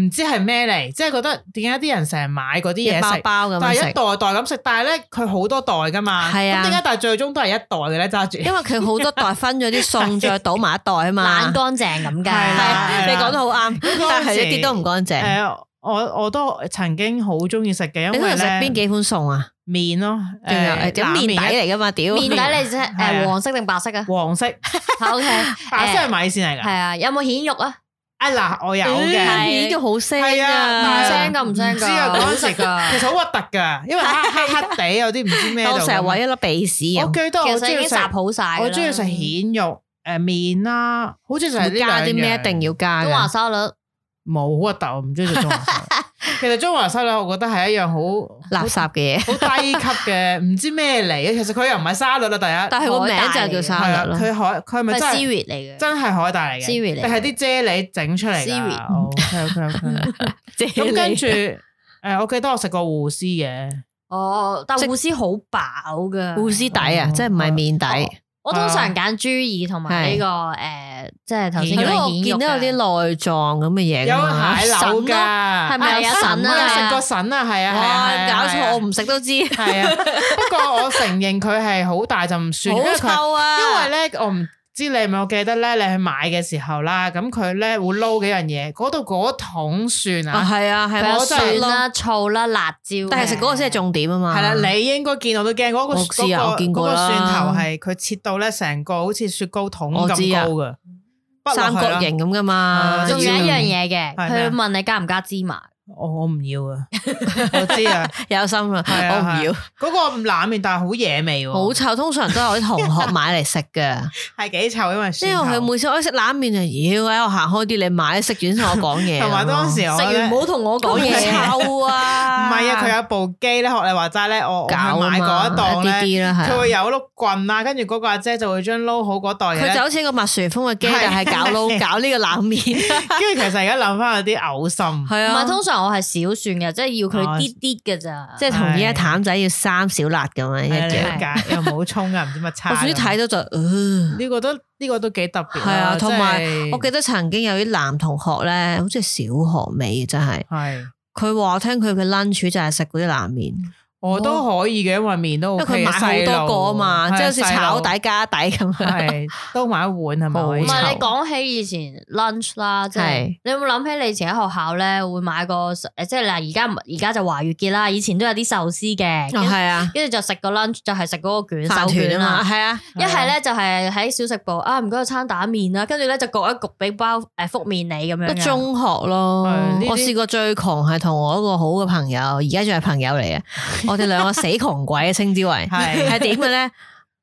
D: 唔知係咩嚟，即係覺得點解啲人成日買嗰啲嘢
C: 包
D: 食，
C: 包咁
D: 但
C: 樣
D: 係一
C: 食
D: 袋。袋咁食，但係咧佢好多袋噶嘛，
C: 係啊
D: 咁點解但係最終都係一袋嘅
C: [LAUGHS]
D: 咧揸住？
C: 因為佢好多袋分咗啲餸，再倒埋一袋啊嘛
D: [LAUGHS]
B: 懶。乾淨咁
D: 係
B: 啊
D: 啊啦
B: 㗎。
C: 係啊你講得好啱，
D: 嗰陣
C: 但係一啲都唔乾淨。
D: 誒，我我都曾經好中意食嘅，因
C: 你通
D: 為
C: 常食
D: 咧
C: 邊幾款餸啊？
D: 面咯，
C: 仲有誒，咁面底嚟噶嘛？屌，
B: 面底你即
D: 係啊
B: 誒黃色定白色
D: [LAUGHS]
B: 啊
D: 黃色，
B: ？O K，
D: 白色係啊
B: 係
D: 米線嚟㗎。
B: 啊，有冇蜆肉啊？
D: 啊嗱，我有嘅，
B: 係
C: 已經好腥
D: 係啊
B: 唔
D: 係啊
B: 腥噶，唔腥
D: 唔知
B: 噶，
D: 啊嗰
B: 好
D: 陣
B: 食
D: 時
B: 噶
D: 其。實好核突㗎，因為黑黑黑地有啲唔知
C: [LAUGHS]
D: 咩度
C: 我
D: 㗎
C: 成日
D: 嘛。
C: 喂一粒鼻屎
D: 我
C: 咁。
D: 記得
B: 其
D: 我中
B: 實已
D: 意
B: 經
D: 食
B: 烚，好晒㗎啦。
D: 我中意食蜆肉誒面啦，好似就係呢
C: 會加啲咩？一定
D: 要
C: 要加
B: 中華
C: 嘅。
B: 沙律，
D: 冇好核突，我唔中意食中華沙律。其實中華沙律我覺得係一樣好
C: 垃圾嘅嘢，
D: 好低級嘅，唔知咩嚟嘅。其實佢又唔係沙律啊啦，第一
C: 但係個名
B: 海帶嚟
C: 就
B: 嘅
C: 係叫
D: 係
C: 沙
D: 啊，
C: 律咯。
D: 佢海佢係咪
B: 佢
D: 真係
B: 係 s i r i 嚟
C: [LAUGHS]
B: 嘅。
D: 真係海帶嚟嘅？
B: Seaweed 嚟嘅
D: 定係啲啫喱整出嚟
B: Seaweed
D: 㗎？OK 哦 OK
B: [LAUGHS]
D: 咁跟住 [LAUGHS] 誒，我記得我食過護絲嘅，
B: 哦，但
C: 即
B: 護絲好飽噶。
C: 護絲底啊，即係唔係面底。
B: 我通常揀豬耳同埋呢個誒，即係頭先
D: 係
C: 係
B: 嗰個
C: 咯，我
B: 蜆肉
C: 見到有啲
B: 嘅。
C: 內臟咁嘅嘢
D: 有
C: 㗎嘛
D: 蟹柳
C: 腎咯
D: 㗎，
C: 係咪有
B: 係啊
C: 腎
B: 腎
D: 我
B: 啊
D: 有
C: 啊？
D: 食過腎啊，係啊，係啊
C: 哇！
D: 係啊
C: 搞
D: 係啊
C: 錯，我唔食都知，
D: 係啊，
C: [LAUGHS]
D: 不過我承認佢係好大陣蒜，因為
C: 好
D: 佢
C: 臭啊！
D: 因為咧我唔。知你係咪？我記得咧，你去買嘅時候啦，咁佢咧會撈幾樣嘢，嗰度嗰桶蒜
C: 啊，
D: 啊，
C: 係啊，係
B: 佢
C: 啊
B: 有
D: 我真係
B: 蒜
C: 咯
B: 啦、醋啦、辣椒。
C: 但係食嗰個先係。重點啊嘛。
D: 係啦，你應該見到都驚嗰個
C: 我知啊
D: 嗰
C: 我
D: 個
C: 見過
D: 嗰個
C: 啦
D: 蒜頭係佢切到咧成個好似雪糕筒咁
C: 我知啊
D: 高嘅，不
C: 三角，形咁噶嘛
D: 係啊，
B: 仲有一樣嘢嘅，
D: 係咩啊
B: 佢問你加唔加芝麻？
D: 我我唔要啊， [LAUGHS] 我知啊，
C: 有心啦，
D: 係啊
C: 我唔
D: 係
C: 要，
D: 嗰個冷面但係好野味喎，
C: 好臭。通常都係我啲同
D: [LAUGHS]
C: 學買嚟食嘅，
D: 係幾臭，因為蒜
C: 因為
D: 頭
C: 佢每次我食冷麵就妖喺度行開啲，你買食完先同我講嘢。啊
D: 同埋當時我
B: 食
D: 呢
B: 完唔好同我
C: 講
B: 講
C: 嘢
B: 嘢。
C: 臭
D: [LAUGHS] 唔
C: 啊，[LAUGHS]
D: 係啊，佢有部機咧，學你話齋咧，我我去
C: 搞啊嘛
D: 買嗰一檔
C: 一
D: 咧，
C: 啲啲啦，係
D: 佢
C: 啊。
D: 會有碌棍啦，跟住嗰個阿姐就會將撈好嗰袋嘢
C: 佢就
D: 呢，
C: 好似一個麥旋風嘅機，
D: 係
C: 但係搞
D: [LAUGHS]
C: 撈搞呢個冷麵，啊
D: 跟住其實而家諗翻有啲嘔
C: [LAUGHS]
D: 心，
C: 係
B: 唔
C: 啊，
B: 係通常我係少蒜嘅，即係要佢啲啲嘅咋。
C: 即係同依家淡仔要三小辣咁樣一
D: 係
C: 樣。
D: 啊又冇葱啊，唔知乜叉
C: 我
D: 咁。
C: 總之睇到就，呃
D: 呢個都呢個都幾特別
C: 係啊，
D: 啦，
C: 同埋我記
D: 得
C: 得曾經有啲男同學咧，好似係小學尾真係，
D: 係
C: 佢話聽佢嘅 lunch 就係食嗰啲冷麵，
D: 我都可以嘅，因為面都
C: 因為佢
D: OK
C: 買好多個啊嘛，即係好似炒底加底咁樣。
D: 係都買一碗係咪可以？
B: 唔
C: 好
B: 係
C: 臭
B: 你講起以前 lunch 啦，即係
C: 係
B: 你有冇諗起你以前喺學校咧會買個誒，即係嗱而家唔而家就華月結啦，以前都有啲壽司嘅，
C: 哦，係 [LAUGHS] 啊，
B: 跟住就食個 lunch 就係食嗰個卷手
C: 飯
B: 卷
C: 團啊嘛，
B: 啦。
C: 係啊，
B: 一係咧就係喺小食部啊，唔該有餐打麵啦，跟住咧就焗一焗俾包誒福麵你咁樣
C: 都
B: 嘅。
C: 中學咯
D: 係呢啲。
C: 我試過最窮係同我一個好嘅朋友，而家仲係朋友嚟嘅，我哋兩個死窮鬼，稱之為
D: 係
C: 係點嘅咧？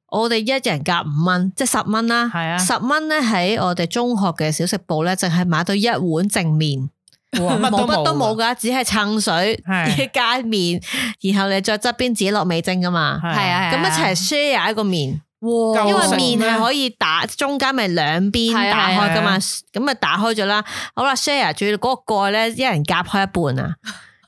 C: 我哋一人夾五蚊，即係十蚊啦。
D: 係啊
C: 十蚊咧喺我哋中學嘅小食部咧，淨係買到一碗正面。
D: 哇乜
C: 冇乜都冇
D: 㗎
C: 噶，只係撐水
D: 係
C: 加面，然後你再側邊自己落味精噶嘛，
B: 係啊係啊，
C: 咁一齊 share 一個面，因
D: 夠食
C: 為面係
D: 咩
C: 可以打中間咪兩邊
B: 係啊
C: 打
B: 係
D: 啊
C: 開噶嘛，咁啊打開咗啦，好啦 share 住嗰個蓋咧，一人夾開一
D: [LAUGHS]
C: 半啊，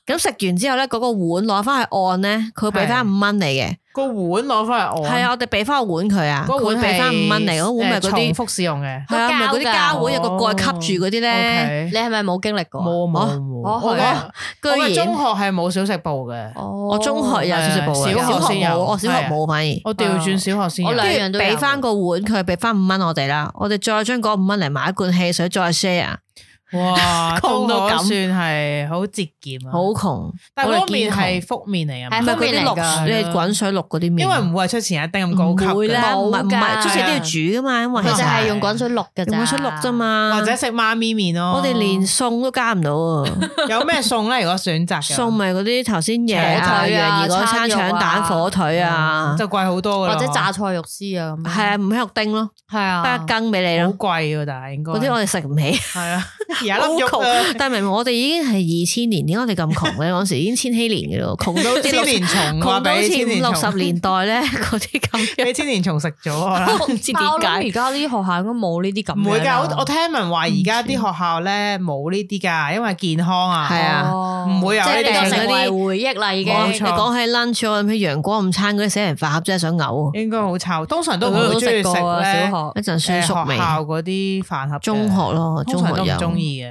C: 咁食完之後咧，嗰個碗攞翻去按咧，佢會俾翻
D: 係
C: 五蚊你嘅，
D: 個碗攞翻嚟我
C: 係啊，我哋俾翻個碗佢啊，
D: 嗰
C: 佢會
D: 碗
C: 俾翻五蚊你，嗰碗咪嗰啲
D: 重複使用嘅。
C: 係啊，咪嗰啲
B: 膠㗎
C: 膠碗有個蓋吸住嗰啲咧，
B: 你
D: 咧，
B: 係咪冇經歷過啊？
D: 冇
C: 啊
D: 冇冇，
B: 啊
D: 我
B: 係啊
D: 嘅哦我嘅
C: 居
D: 中
C: 然。
D: 學係冇小食部嘅，
B: 我
C: 我中學有小食部嘅，
D: 係小學
C: 啊小學
D: 先有
C: 冇，我小
D: 係
C: 學
D: 啊
C: 冇反而。
D: 我調轉小學先有
B: 我。兩樣
C: 跟
B: 都
C: 住
B: 有
C: 俾翻個碗佢，俾翻五蚊我哋啦，我哋再將嗰五蚊嚟買一罐汽水再 share，
B: 啊
C: [LAUGHS]
D: 哇，
C: 窮哦到
D: 都可
C: 咁
D: 算係好節儉啊！
C: 好，窮。
D: 但係嗰
C: 我
D: 個
C: 哋
D: 面
C: 堅
D: 係
C: 窮
D: 福面嚟啊嘛，
B: 係咪
C: 唔係嗰啲
B: 方便嚟㗎
C: 綠，你係滾水綠嗰啲面，啊
D: 因為唔會係出前一丁咁高級
C: 唔會
D: 㗎
C: 啦，唔係唔
B: 冇㗎
C: 係，之前都要煮噶嘛，因為
B: 佢就係
C: 係
B: 用滾水淥嘅咋，
C: 用滾水綠啫。嘛，
D: 或者食媽咪面咯。
C: 我哋連餸都加唔到啊，
D: [LAUGHS]
B: 哦
D: 有咩餸咧？如果選擇嘅
C: 餸咪嗰啲頭先嘢
B: 火
C: 啊、
B: 腿啊
C: 羊兒嗰餐
B: 餐肉
C: 腸
B: 啊嗯
C: 蛋火腿啊，
D: 嗯就貴好多㗎
B: 或
D: 啦，
B: 者榨菜肉絲啊咁樣，
C: 係啊，五香肉丁咯，
B: 係啊
C: 得一羹俾你
D: 好
C: 咯，
D: 貴㗎，但係應該
C: 嗰啲我哋食唔起。[LAUGHS]
D: 係啊，而家
C: 好
D: 粒肉 [LAUGHS] 啊
C: 窮，，但係明明我哋已經係二千年，點解我哋咁窮
B: [LAUGHS]
C: 咧？嗰時已經千禧年嘅咯，窮到好似
D: 千
C: 六
D: 年蟲啊，
C: 窮到好
D: 俾
C: 似
D: 千
C: 五
D: 年
C: 六十
D: 蟲，
C: 年代咧， [LAUGHS] 嗰啲咁
D: [LAUGHS]
C: 樣，
D: 俾千年蟲食咗我
C: [LAUGHS]
D: 啦。
B: [LAUGHS]
C: 我唔知
B: 但我諗
C: 點
B: 而
C: 解。
B: 家啲學校應該冇呢啲咁樣
D: 唔
B: 啦。啊
D: 會㗎，我我聽聞話而家啲學校咧冇呢啲㗎，因為健康啊。
C: 係啊
B: 哦
D: 唔會有
B: 即係
D: 呢啲
B: 呢個
D: 嘢
B: 成為回憶啦，已經。
D: 冇
C: 你
D: 錯
C: 講起 lunch，我諗起陽光午餐嗰啲死人飯盒真係想嘔啊！
D: 應該好臭，通常都唔
B: 我
D: 會
B: 都
D: 中意
B: 食
D: 食
B: 過啊，小
D: 咧
B: 學。
C: 一陣
D: 誒
C: 酸
D: 學
C: 熟味，
D: 校嗰啲飯盒嘅，
C: 中學咯，
D: 通
C: 中
D: 常都
C: 學
D: 唔
C: 有。
D: 中意嘅。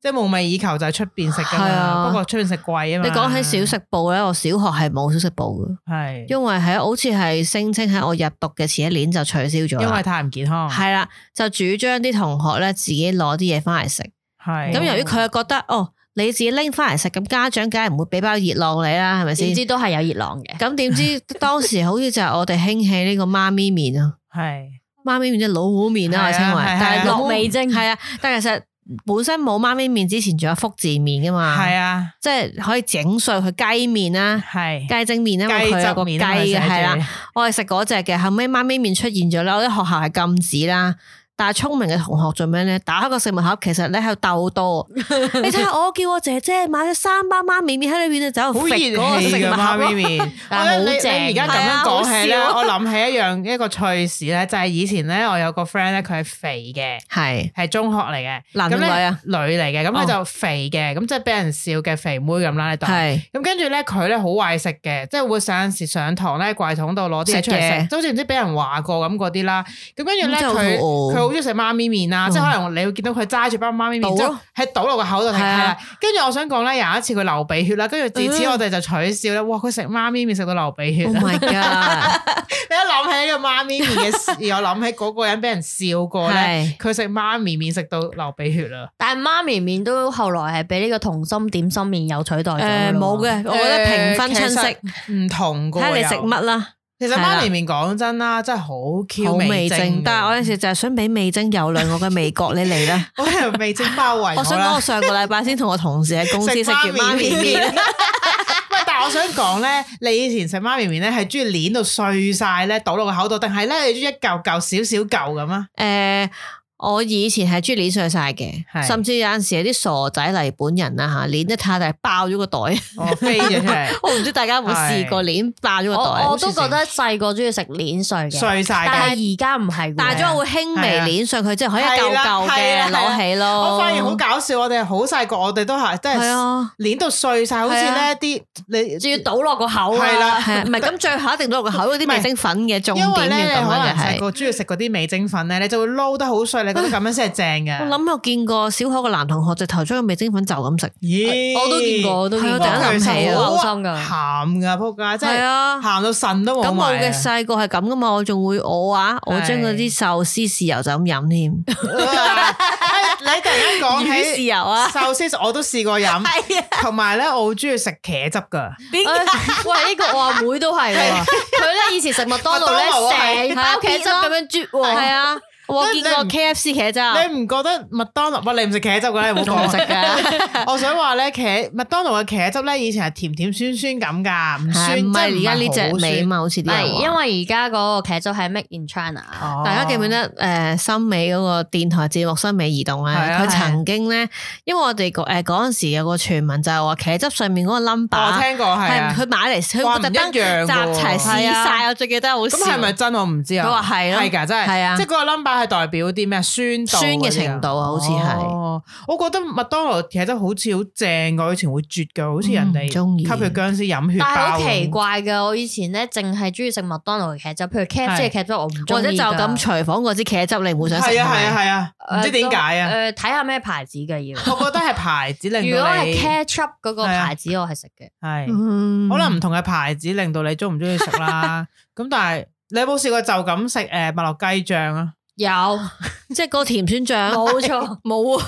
D: 即係夢寐以求就係出邊食噶
C: 係
D: 嘛，
C: 啊
D: 不過出邊食貴啊嘛。
C: 你講起小食部咧，我小學係冇小食部嘅，
D: 係，
C: 因為喺好似係聲稱喺我入讀嘅前一年就取消咗啦，
D: 因為哦太唔健康。
C: 係啦，就主張啲同學咧自己攞啲嘢翻嚟食。
D: 係
C: 咁由於佢又覺得哦，你自己拎翻嚟食，咁家長梗係唔會俾包熱浪你啦，係咪
B: 點
C: 先？
B: 知都係有熱浪嘅。
C: 咁點知當時好似就係我哋興起呢個媽咪麵啊，
D: 係
C: 媽咪麵即係老虎麵
D: 係啊
C: 啦，我哋稱為
D: 係
C: 但係
D: 啊，係啊
C: 老
B: 落味精
C: 係啊，但係其實本身冇媽咪麵之前，仲有福字麵噶嘛，
D: 係啊
C: 即係可以整碎佢雞麵啦、
D: 係
C: 雞精麵啊嘛，
D: 雞
C: 佢
D: 汁
C: 有個雞
D: 面啊嘛
C: 嘅
D: 寫住
C: 係啦，我係食嗰只嘅，後尾媽咪麵出現咗啦，我啲學校係禁止啦。但係聰明嘅同學做咩咧？打開個食物盒，其實咧喺度鬥
D: [LAUGHS]
C: 多。你睇下我叫我姐姐買咗三包媽咪麵喺裏邊就走去
D: 好熱氣
C: 揈嗰個食
D: 嘅
C: 物
D: 媽
C: 盒
D: 咪
C: 咯。
D: 面，
B: 但係
D: 我覺得
B: 好正
D: 你你而家咁
C: 係
D: 樣
C: 啊
D: 講起咧，
C: 好笑
D: 我諗起一樣一個趣事咧，就係以前咧，我有個 friend 咧，佢係肥嘅。
C: 係
D: 係中學嚟嘅，
C: 男定
D: 咁咧
C: 女啊？
D: 女嚟嘅，咁
C: 哦
D: 佢就肥嘅，咁即係俾人笑嘅肥妹咁啦，你當。
C: 係
D: 咁跟住咧，佢咧好壞食嘅，即係會上陣時上堂咧，櫃桶度攞啲嘢出
C: 食
D: 嚟
C: 嘢
D: 食，都好似唔知俾人話過咁嗰啲啦。咁跟住咧，
C: 咁真係好嗯肚餓
D: 佢佢好中意食媽咪麵啊啦，即係可能你會見到佢揸住包媽咪麵，
C: 倒
D: 之
C: 咯
D: 後係倒落個口度食。係
C: 哦係啊
D: 啦，跟住我想講咧，有一次佢流鼻血啦，跟住自此我哋就取笑咧，哇！佢食媽咪麵食到流鼻血
C: ，Oh
D: 啦。
C: my god！
D: [LAUGHS] 你一諗起呢個媽咪麵嘅事，
C: [LAUGHS]
D: 我諗起嗰個人俾人笑過咧
C: 係，
D: 佢食媽咪麵食到流鼻血啦。
B: 但係媽咪面都後來係俾呢個童心點心面有取代
C: 誒
B: 咗㗎咯
C: 冇
B: 喎。
C: 嘅，我覺得平分春色
D: 誒，唔同噶。
C: 睇下你食乜啦，
D: 其實媽咪麵講真啦，真係好 Q
C: 好味
D: 精
C: 精。
D: 㗎。
C: 但係我有時就係想俾味精蹂躪我嘅味覺，你嚟 [LAUGHS] 啦。
D: 我係味精包 [LAUGHS] 圍
C: 我想講，
D: 啦
C: 我。上個禮拜先同我同事喺公哎司食完媽咪麵。
D: 喂，但係我想講 [LAUGHS] 咧，你以前食媽咪麵咧係中意攣到碎晒咧，倒落個口度，定係咧你中意一嚿嚿少少嚿咁啊？
C: [LAUGHS] 诶、我以前係中意碾碎晒嘅
D: 係，
C: 甚至有阵时有啲傻仔嚟本人啦吓，碾得太大爆咗個 [LAUGHS] 袋。
D: 我飛咗出嚟，
C: 我唔知大家有冇試過碾爆咗個袋，
B: 我我都
D: 好似
B: 覺
C: 啊
B: 得細個中意食鏈碎嘅，
D: [LAUGHS] 碎晒
B: 但
D: 嘅。
B: 係而家唔係喎。
C: 但係咗啊會輕微碾碎佢，即係可以一嚿嚿
D: 係啦
C: 嘅
D: 係啦
C: 攞起咯。
D: 我發現好搞笑，我哋好細個，我哋都係真
C: 係
D: 係
C: 啊，
D: 攣到碎晒，好似
C: 係
D: 咧
C: 啊
D: 啲你
B: 仲要倒落個口
D: 係啦
B: 啦。
C: 係 [LAUGHS] 啊，唔係咁最後一定攞個口嗰啲味精粉嘅重點
D: 因為咧，
C: 嘅
D: 你
C: 咁
D: 可
C: 樣
D: 能
C: 就
D: 細
C: 係。
D: 個中意食嗰啲味精粉咧，你就會撈得好碎，你覺得咁樣先係正嘅。
C: 我諗我見過小學個男同學直頭將個味精粉就咁食，
D: 咦，
B: 我都見過，我都見過，
C: 係啊突然間諗起啊
B: 好嘔心㗎。
D: 鹹噶仆街，真
C: 係
D: 係
C: 啊。
D: 鹹到腎都冇
C: 咁我
D: 埋
C: 嘅
D: [LAUGHS] 啊。
C: 細個係咁噶嘛，我仲會我啊，我將嗰啲壽司豉油就咁飲 [LAUGHS] 添，
D: 哎你突然間講
C: 魚豉
D: 起
C: 油啊，
D: 壽司，我都試過飲，同埋咧我好中意食茄汁噶，
C: 邊
B: 哎
D: 啊
B: 喂，呢個我阿妹都係喎，佢咧以前食麥當勞
D: 麥當勞啊係
B: 咧，成包茄汁咁樣啜喎。
C: 系啊，我
D: 你
C: 見過
D: 唔
C: K F C 茄汁，
D: 你唔覺得麥當勞？喂，你唔食茄汁㗎？你唔好
C: 仲
D: 講
C: 食㗎，
D: [LAUGHS] 我想話咧，茄麥當勞嘅茄汁咧，以前係甜甜酸酸咁㗎，唔酸，
C: 係唔係而家呢
D: 隻
C: 只味嘛？好似
B: 唔
C: 啲
B: 係，
C: 人話哦
B: 因為而家嗰個茄汁係 Make in
D: 嗯
B: China。
D: 哦
C: 大家記唔記？得誒森美嗰個電台節目《森美移動》咧？
D: 係啊係啊
C: 佢曾經咧，因為我哋個誒嗰陣時有個傳聞就係話茄汁上面嗰個
D: 哦我
C: number
D: 聽過係啊
C: 係佢買嚟，佢
D: 話唔
C: 特登
D: 一樣喎
C: 集齊
D: 係
C: 試
D: 啊
C: 晒，我最記得好笑。
D: 咁係咪真我唔知啊？
C: 佢話係咯
D: 係㗎，真係
C: 係啊
D: 即係嗰個 number 係代表啲咩酸度
C: 酸
D: 嗰啲啊
C: 嘅程度啊？好似係
D: 哦，我覺得麥當勞其實好似好正㗎，我以前會啜㗎，好似人哋
C: 嗯鍾意
D: 吸血僵屍飲血包咁，
B: 但係好奇怪嘅，我以前咧淨係中意食麥當勞嘅茄汁，譬如 KFC 嘅茄汁我唔中意㗎
C: 或者就咁廚房嗰支茄汁，你唔會想食
D: 係啊係啊
C: 係咪
D: 係啊，唔知點解啊？
B: 誒，呃睇下咩牌子
D: [LAUGHS]
B: 嘅要。
D: 我覺得係牌子令
B: 如果
D: 到
B: 係
D: 你
B: ketchup 嗰個牌子，我係食嘅。
D: 係
C: 嗯
D: 可能唔同嘅牌子令到你中唔中意食
C: [LAUGHS]
D: 啦。咁但係你有冇試過就咁食誒麥樂雞醬啊？
B: 有，
C: 即係個甜酸醬 [LAUGHS]
B: 冇錯，
C: 冇啊！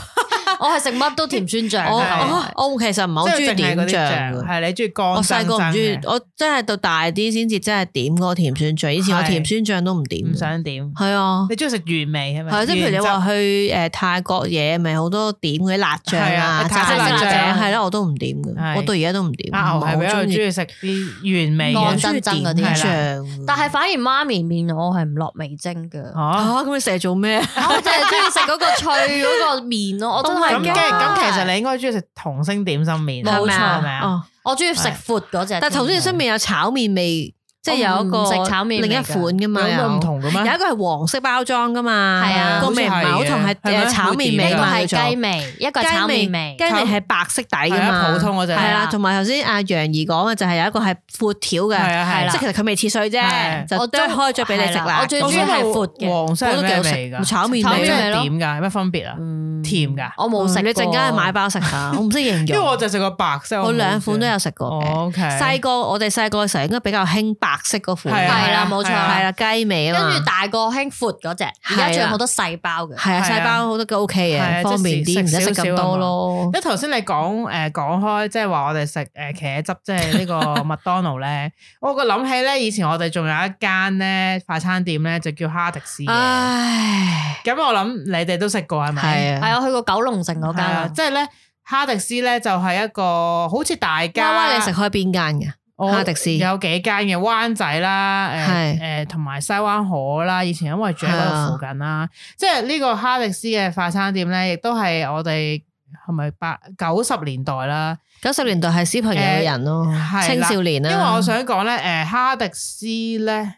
B: 我係食乜都甜酸醬
C: 我
B: 嘅。
C: 哦我我其實唔係好
D: 即
C: 中意
D: 係淨係
C: 點
D: 嗰啲
C: 醬
D: 醬，
C: 㗎。
D: 係你中意乾
C: 我細
D: 細
C: 個唔中意
D: 意，，
C: 我真係到大啲先至真係點嗰個甜酸醬。以前我
D: 係
C: 甜酸醬都唔點，
D: 唔想點。
C: 係啊，
D: 嗯你中意食原味係咪？
C: 係即係譬如你
D: 原汁
C: 話去誒泰國嘢，咪好多點嗰啲辣
D: 係
C: 醬
D: 啊
C: 啊、
D: 泰
B: 式
C: 炸
B: 辣
C: 醬
D: 醬
C: 係咯，我都唔點
D: 係
C: 嘅，我到而家都唔點。
D: 阿啊牛係比
C: 嗯我
D: 較中
C: 唔係
D: 意食啲原味
C: 好
B: 當
C: 我
D: 嘅
B: 真
C: 中意
B: 真嗰啲
C: 點
D: 係
C: 醬。
B: 但係反而媽咪麵我係唔落味精嘅，
D: 哦。
C: 啊，咁你成日做咩？
B: 我就係中意食嗰個脆嗰個麵咯。我真
C: Oh
B: 係
D: 咁
C: my
D: 跟
C: God
D: 咁，其實你應該中意食童星點心麵，
B: 冇錯
D: 係咪啊？
C: 哦，
B: 我中意食闊嗰只。
C: 但係頭先你身邊有炒麵味即係有一個
B: 我唔食炒麵嚟㗎
C: 另一款噶嘛，
D: 有
C: 有
D: 咁唔同啊嘅
C: 啊有
D: 咩
C: 一？個係黃色包裝噶嘛，
B: 係啊
C: 個味唔係好同，係
D: 好似係嘅
C: 誒炒麵啊味
D: 係
B: 一
D: 咪
B: 個
C: 嘛，叫
B: 係
C: 做
B: 雞味，一個係炒麵味
C: 雞。味係白色底噶
D: 係
C: 嘛，
D: 啊普通嗰隻
C: 係啦。同埋頭先阿楊怡講嘅就係有一個係闊條
D: 係
C: 嘅，
D: 啊係
B: 係
D: 啦
B: 啦
C: 即係其實佢未切碎啫，
D: 係
C: 就
B: 我
C: 都
B: 中
C: 開咗俾你食
B: 係啦
C: 啦。
B: 我最中意係闊嘅，
D: 黃色
C: 我
D: 係
C: 都幾
D: 咩
C: 好
D: 味㗎
C: 食，？炒麵
D: 炒
B: 炒
C: 味嗯
D: 麵
B: 麵味咯
D: 係點㗎？有咩分別啊？甜㗎？
B: 我冇食過。
C: 你陣間係買包食下，我唔識形
D: [LAUGHS] 因為我
C: 容。
D: 就食過白色，
C: 我
D: 冇
C: 兩款都有
D: 食
C: 食過嘅。
D: 哦 OK，
C: 細個我哋細個嘅時候應該比較興白色嗰款，
D: 係啊
B: 係啦冇錯
D: 係啊
C: 係啦雞尾啊嘛，啊
B: 跟住大個興闊嗰只，而家仲有好多細包嘅。
C: 係啊
D: 係啊
C: 細包好多都 OK
D: 係啊
C: 嘅，方便
D: 即
C: 啲，
D: 係
C: 唔
D: 食
C: 使食
D: 少少
C: 咁
D: 啊嘛
C: 多咯
D: 因。為頭先你講誒講開，即係話我哋食誒茄汁，即係呢個麥當勞咧。 [LAUGHS] 我個諗起咧，以前我哋仲有一間咧快餐店咧，就叫哈迪斯嘅。
C: 唉，
D: 咁我諗你哋都食過係咪？
C: 啊係啊，
B: 係我去過九龍城嗰間
D: 係啊
B: 啊，
D: 即係咧哈迪斯咧就係一個好似大家
C: 嘉威你食開邊間嘅？
D: 我
C: 哈迪斯
D: 有幾間嘅灣仔啦，誒
C: 係啊
D: 誒同埋西灣河啦，以前因為住喺嗰度附近啦，即係呢個哈迪斯嘅快餐店咧，亦都係我哋係咪八九十年代啦？
C: 九十年代係小朋友嘅人咯
D: 誒係啦，
C: 青少年啊
D: 因
C: 啦。
D: 為我想講咧，誒哈迪斯咧，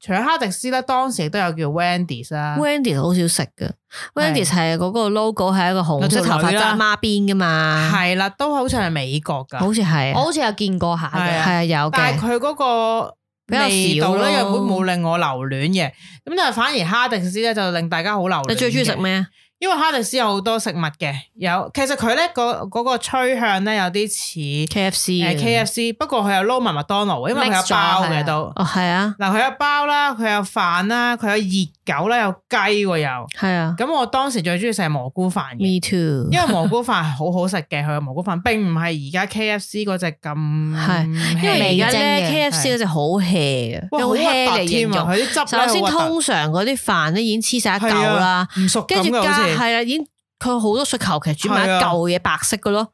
D: 除咗哈迪斯咧，當時亦都有叫 Wendy's 啦，
C: Wendy 好少食嘅，Wendy 係嗰個 logo 係一個紅色頭髮紮
D: 啊
C: 孖邊噶嘛，
D: 係啦，都好似係美國㗎，
C: 好似係
B: 我，好似有見過下
D: 係
B: 嘅
D: 啊。
C: 係啊有
D: 但係
C: 嘅，
D: 佢嗰個
C: 比較少
D: 味道
C: 咯
D: 咧，又會冇令我留戀嘅。咁但係反而哈迪斯咧，就令大家好留戀嘅。
C: 你最中意食咩？啊
D: 因為哈迪斯有好多食物嘅，有其實佢咧個嗰個趨向咧有啲似
C: K F C 啊
D: 誒 K F C，不過佢有撈埋麥當勞，因為佢有包
B: Mix 咗係
D: 嘅
B: 啊
D: 都。
C: 哦係啊
D: 嗱，佢有包啦，佢有飯啦，佢有熱狗啦，有雞喎又。
C: 係啊
D: 咁我當時最中意食係蘑菇飯嘅，
C: ，Me too，
D: 因為蘑菇飯係好好食嘅，佢嘅蘑菇飯並唔係而家 K F C 嗰只咁
C: 係啊因為而家
B: 味精
C: 咧
B: 嘅
C: K F C 嗰只好 hea 嘅，
D: 哇好
C: 用
D: 核
C: hea 嚟形
D: 突添啊！
C: 容。
D: 佢啲汁咧
C: 首先
D: 好核突
C: 通常嗰啲飯咧已經黐晒一
D: 係
C: 嚿
D: 啊
C: 啦。
D: 唔熟
C: 跟
D: 咁
C: 住
D: 嘅
C: 加
D: 好似。
C: 係啊啦，已經佢好多需求，其實煮埋一
D: 係啊
C: 嚿嘢白色嘅咯。